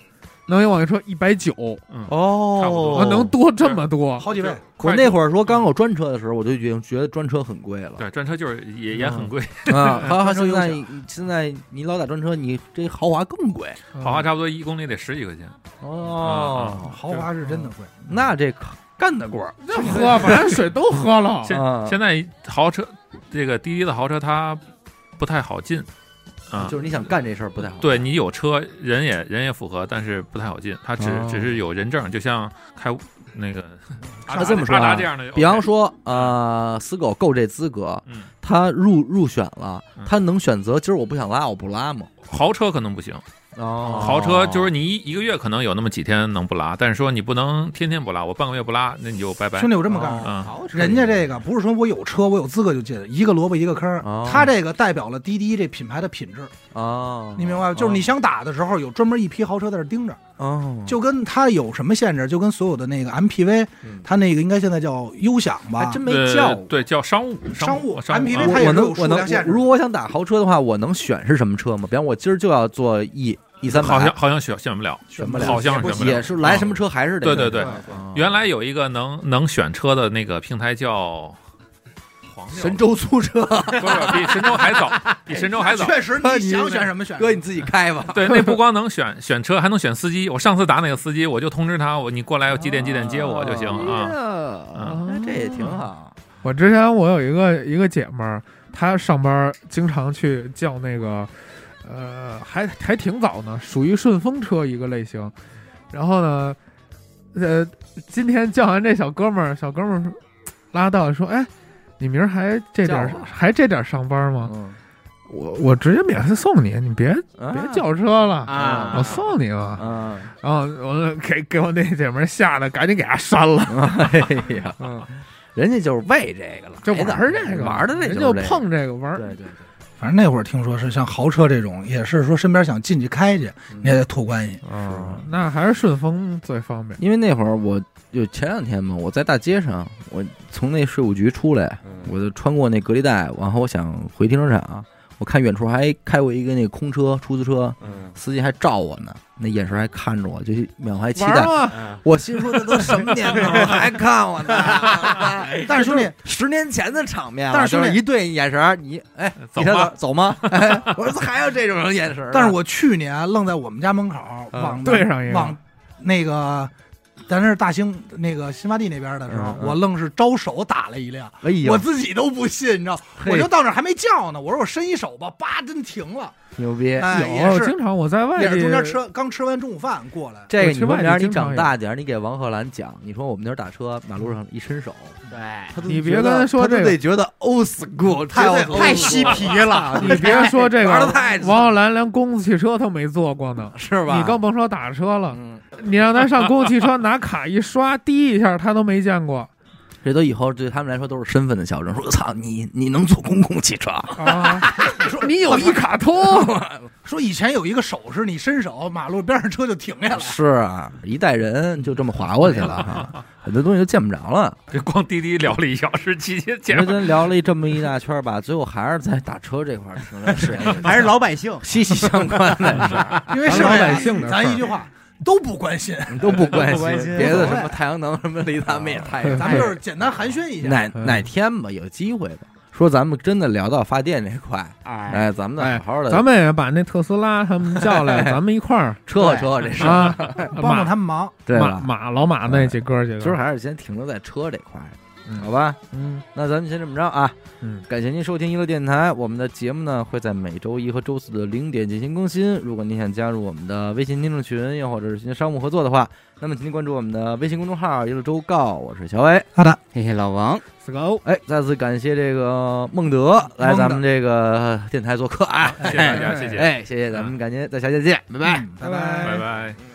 能有网约车一百九，差不哦多啊，能多这么多？好几倍，我那会儿说刚有专车的时候，我就已经觉得专车很贵了对专车就是嗯也也很贵，啊。豪华专车现优在现在你老打专车，你这豪华更贵豪嗯华差不多一公里得十几块钱。哦。豪华是嗯真的贵。那这可干得过儿那喝，反正水都喝了现嗯啊现在豪车这个滴滴的豪车它不太好进啊，就是你想干这事儿不太好。对你有车，人也人也符合，但是不太好进。他只、哦只是有人证，就像开那个阿达这么说啊阿达这样的，比方，说，呃，死狗够这资格，嗯，他入入选了嗯，他能选择今儿我不想拉，我不拉吗？豪车可能不行，哦豪车就是你一一个月可能有那么几天能不拉，但是说你不能天天不拉，我半个月不拉，那你就拜拜兄。弟，我这么告诉你，嗯豪车人家这个不是说我有车，我有资格就进，一个萝卜一个坑儿哦。他这个代表了滴滴这品牌的品质，哦，你明白吗？就是你想打的时候，有专门一批豪车在这盯着，哦，就跟他有什么限制，就跟所有的那个 MPV，嗯他那个应该现在叫优享还吧真，没对叫过。呃对，叫商务商务务商 MPV 啊它也我是能有数我能量限，制我如果我想打豪车的话，我能选是什么车吗？比方我今儿就要坐 E E 三百，好像好像选选不了，选不了好像是选不了。也是来什么车还是得对对对哦原来有一个能能选车的那个平台叫黄牛神州租车，不是比神州 [LAUGHS] 还早，比神州哎还早。确实你想选什么选什么哥你自己开吧。对，那不光能选选车，还能选司机。我上次打哪个司机，我就通知他，我你过来几点几点接我就行哎啊。啊嗯这也挺好。我之前我有一个一个姐们儿，她上班经常去叫那个，呃，还还挺早呢，属于顺风车一个类型。然后呢，呃，今天叫完这小哥们儿，小哥们儿拉到说：“哎，你明儿还这点儿叫我还这点儿上班吗？嗯，我我直接免费送你，你别别叫车了，啊我送你吧。啊。然后我给给我那姐们儿吓得赶紧给她删了。哎呀，人家就是为这个了，哎就玩儿这个，玩儿的那人就就这是个碰这个玩儿。对对反正那会儿听说是像豪车这种，也是说身边想进去开去，嗯你也对，得托关系。啊那还是顺丰最方便。因为那会儿我就前两天嘛，我在大街上，我从那税务局出来，我就穿过那隔离带，然后我想回停车场，我看远处还开过一个那个空车出租车，司机还照我呢，那眼神还看着我，就满怀期玩儿啊待。吗？我心说这都什么年头 [LAUGHS] 了，还看我哎呢？但是兄弟，十年前的场面了，但是兄弟就是一对眼神儿，你哎，走你看吧， [LAUGHS] 走走 [LAUGHS] 吗？哎我说还有这种眼神儿啊？但是我去年愣在我们家门口嗯往对上一个往那个咱是大兴那个新发地那边的时候嗯，嗯我愣是招手打了一辆，哎呀我，自己都不信，你知道，嘿我就到那儿还没叫呢，我说我伸一手吧，叭，真停了，牛逼！哎，也有，是经常我在外也是地中间吃刚吃完中午饭过来，这我个去你说外地明儿你经常长有大点儿，你给王鹤兰讲，你说我们那儿打车，马路上一伸手，对，他都你别觉得跟他说他都这个得觉得 old school，太对 old 太 school 嬉皮 [LAUGHS] 了，啊你别说这玩的个，太王浩然连公共汽车都没坐过呢，是吧？你更甭说打车了。嗯，你让他上公共汽车拿卡一刷，滴一下他都没 [LAUGHS] 见过这都以后对他们来说都是身份的象征。说操你，你能坐公共 [LAUGHS] 汽车？啊！说你 [LAUGHS] 有一卡通，说以前有一个手势，你伸手，马路边上车就停 [LAUGHS] 下来了。是啊，一代人就这么划过去了 [LAUGHS] 哈，很多东西就见不着了。这光滴滴聊了一小时，期间其简实直咱聊了这么一大圈儿吧，最后还是在打车这块儿挺认识，，[LAUGHS] 还是老百姓 [LAUGHS] 息息相关的事儿，因为咱剩老下百姓的咱事儿一句话都不关心， [LAUGHS] 你都不关不关心别无的所什谓么太阳能什么离咱们也太 [LAUGHS] 远。咱们就是简单寒暄一下。哎哪哪天吧，有机会吧。说咱们真的聊到发电这块，哎，哎，咱们再好好的，咱们也把那特斯拉他们 [LAUGHS] 叫来，哎咱们一块儿扯和扯和这事儿。啊，帮帮他们忙，对马了，马老马那几哥几个，今儿还是先停留在车这块儿，嗯好吧？嗯，那咱们先这么着啊。嗯，感谢您收听娱乐电台，我们的节目呢会在每周一和周四的零点进行更新。如果您想加入我们的微信听众群，又或者是进行商务合作的话，那么请您关注我们的微信公众号“娱乐周告”，我是小伟。嘿嘿，老王，四个欧，哎，再次感谢这个孟德来咱们这个电台做客啊！哎谢谢大家，谢谢，哎，谢谢，咱们感觉，再下期再见，拜拜。拜拜拜拜。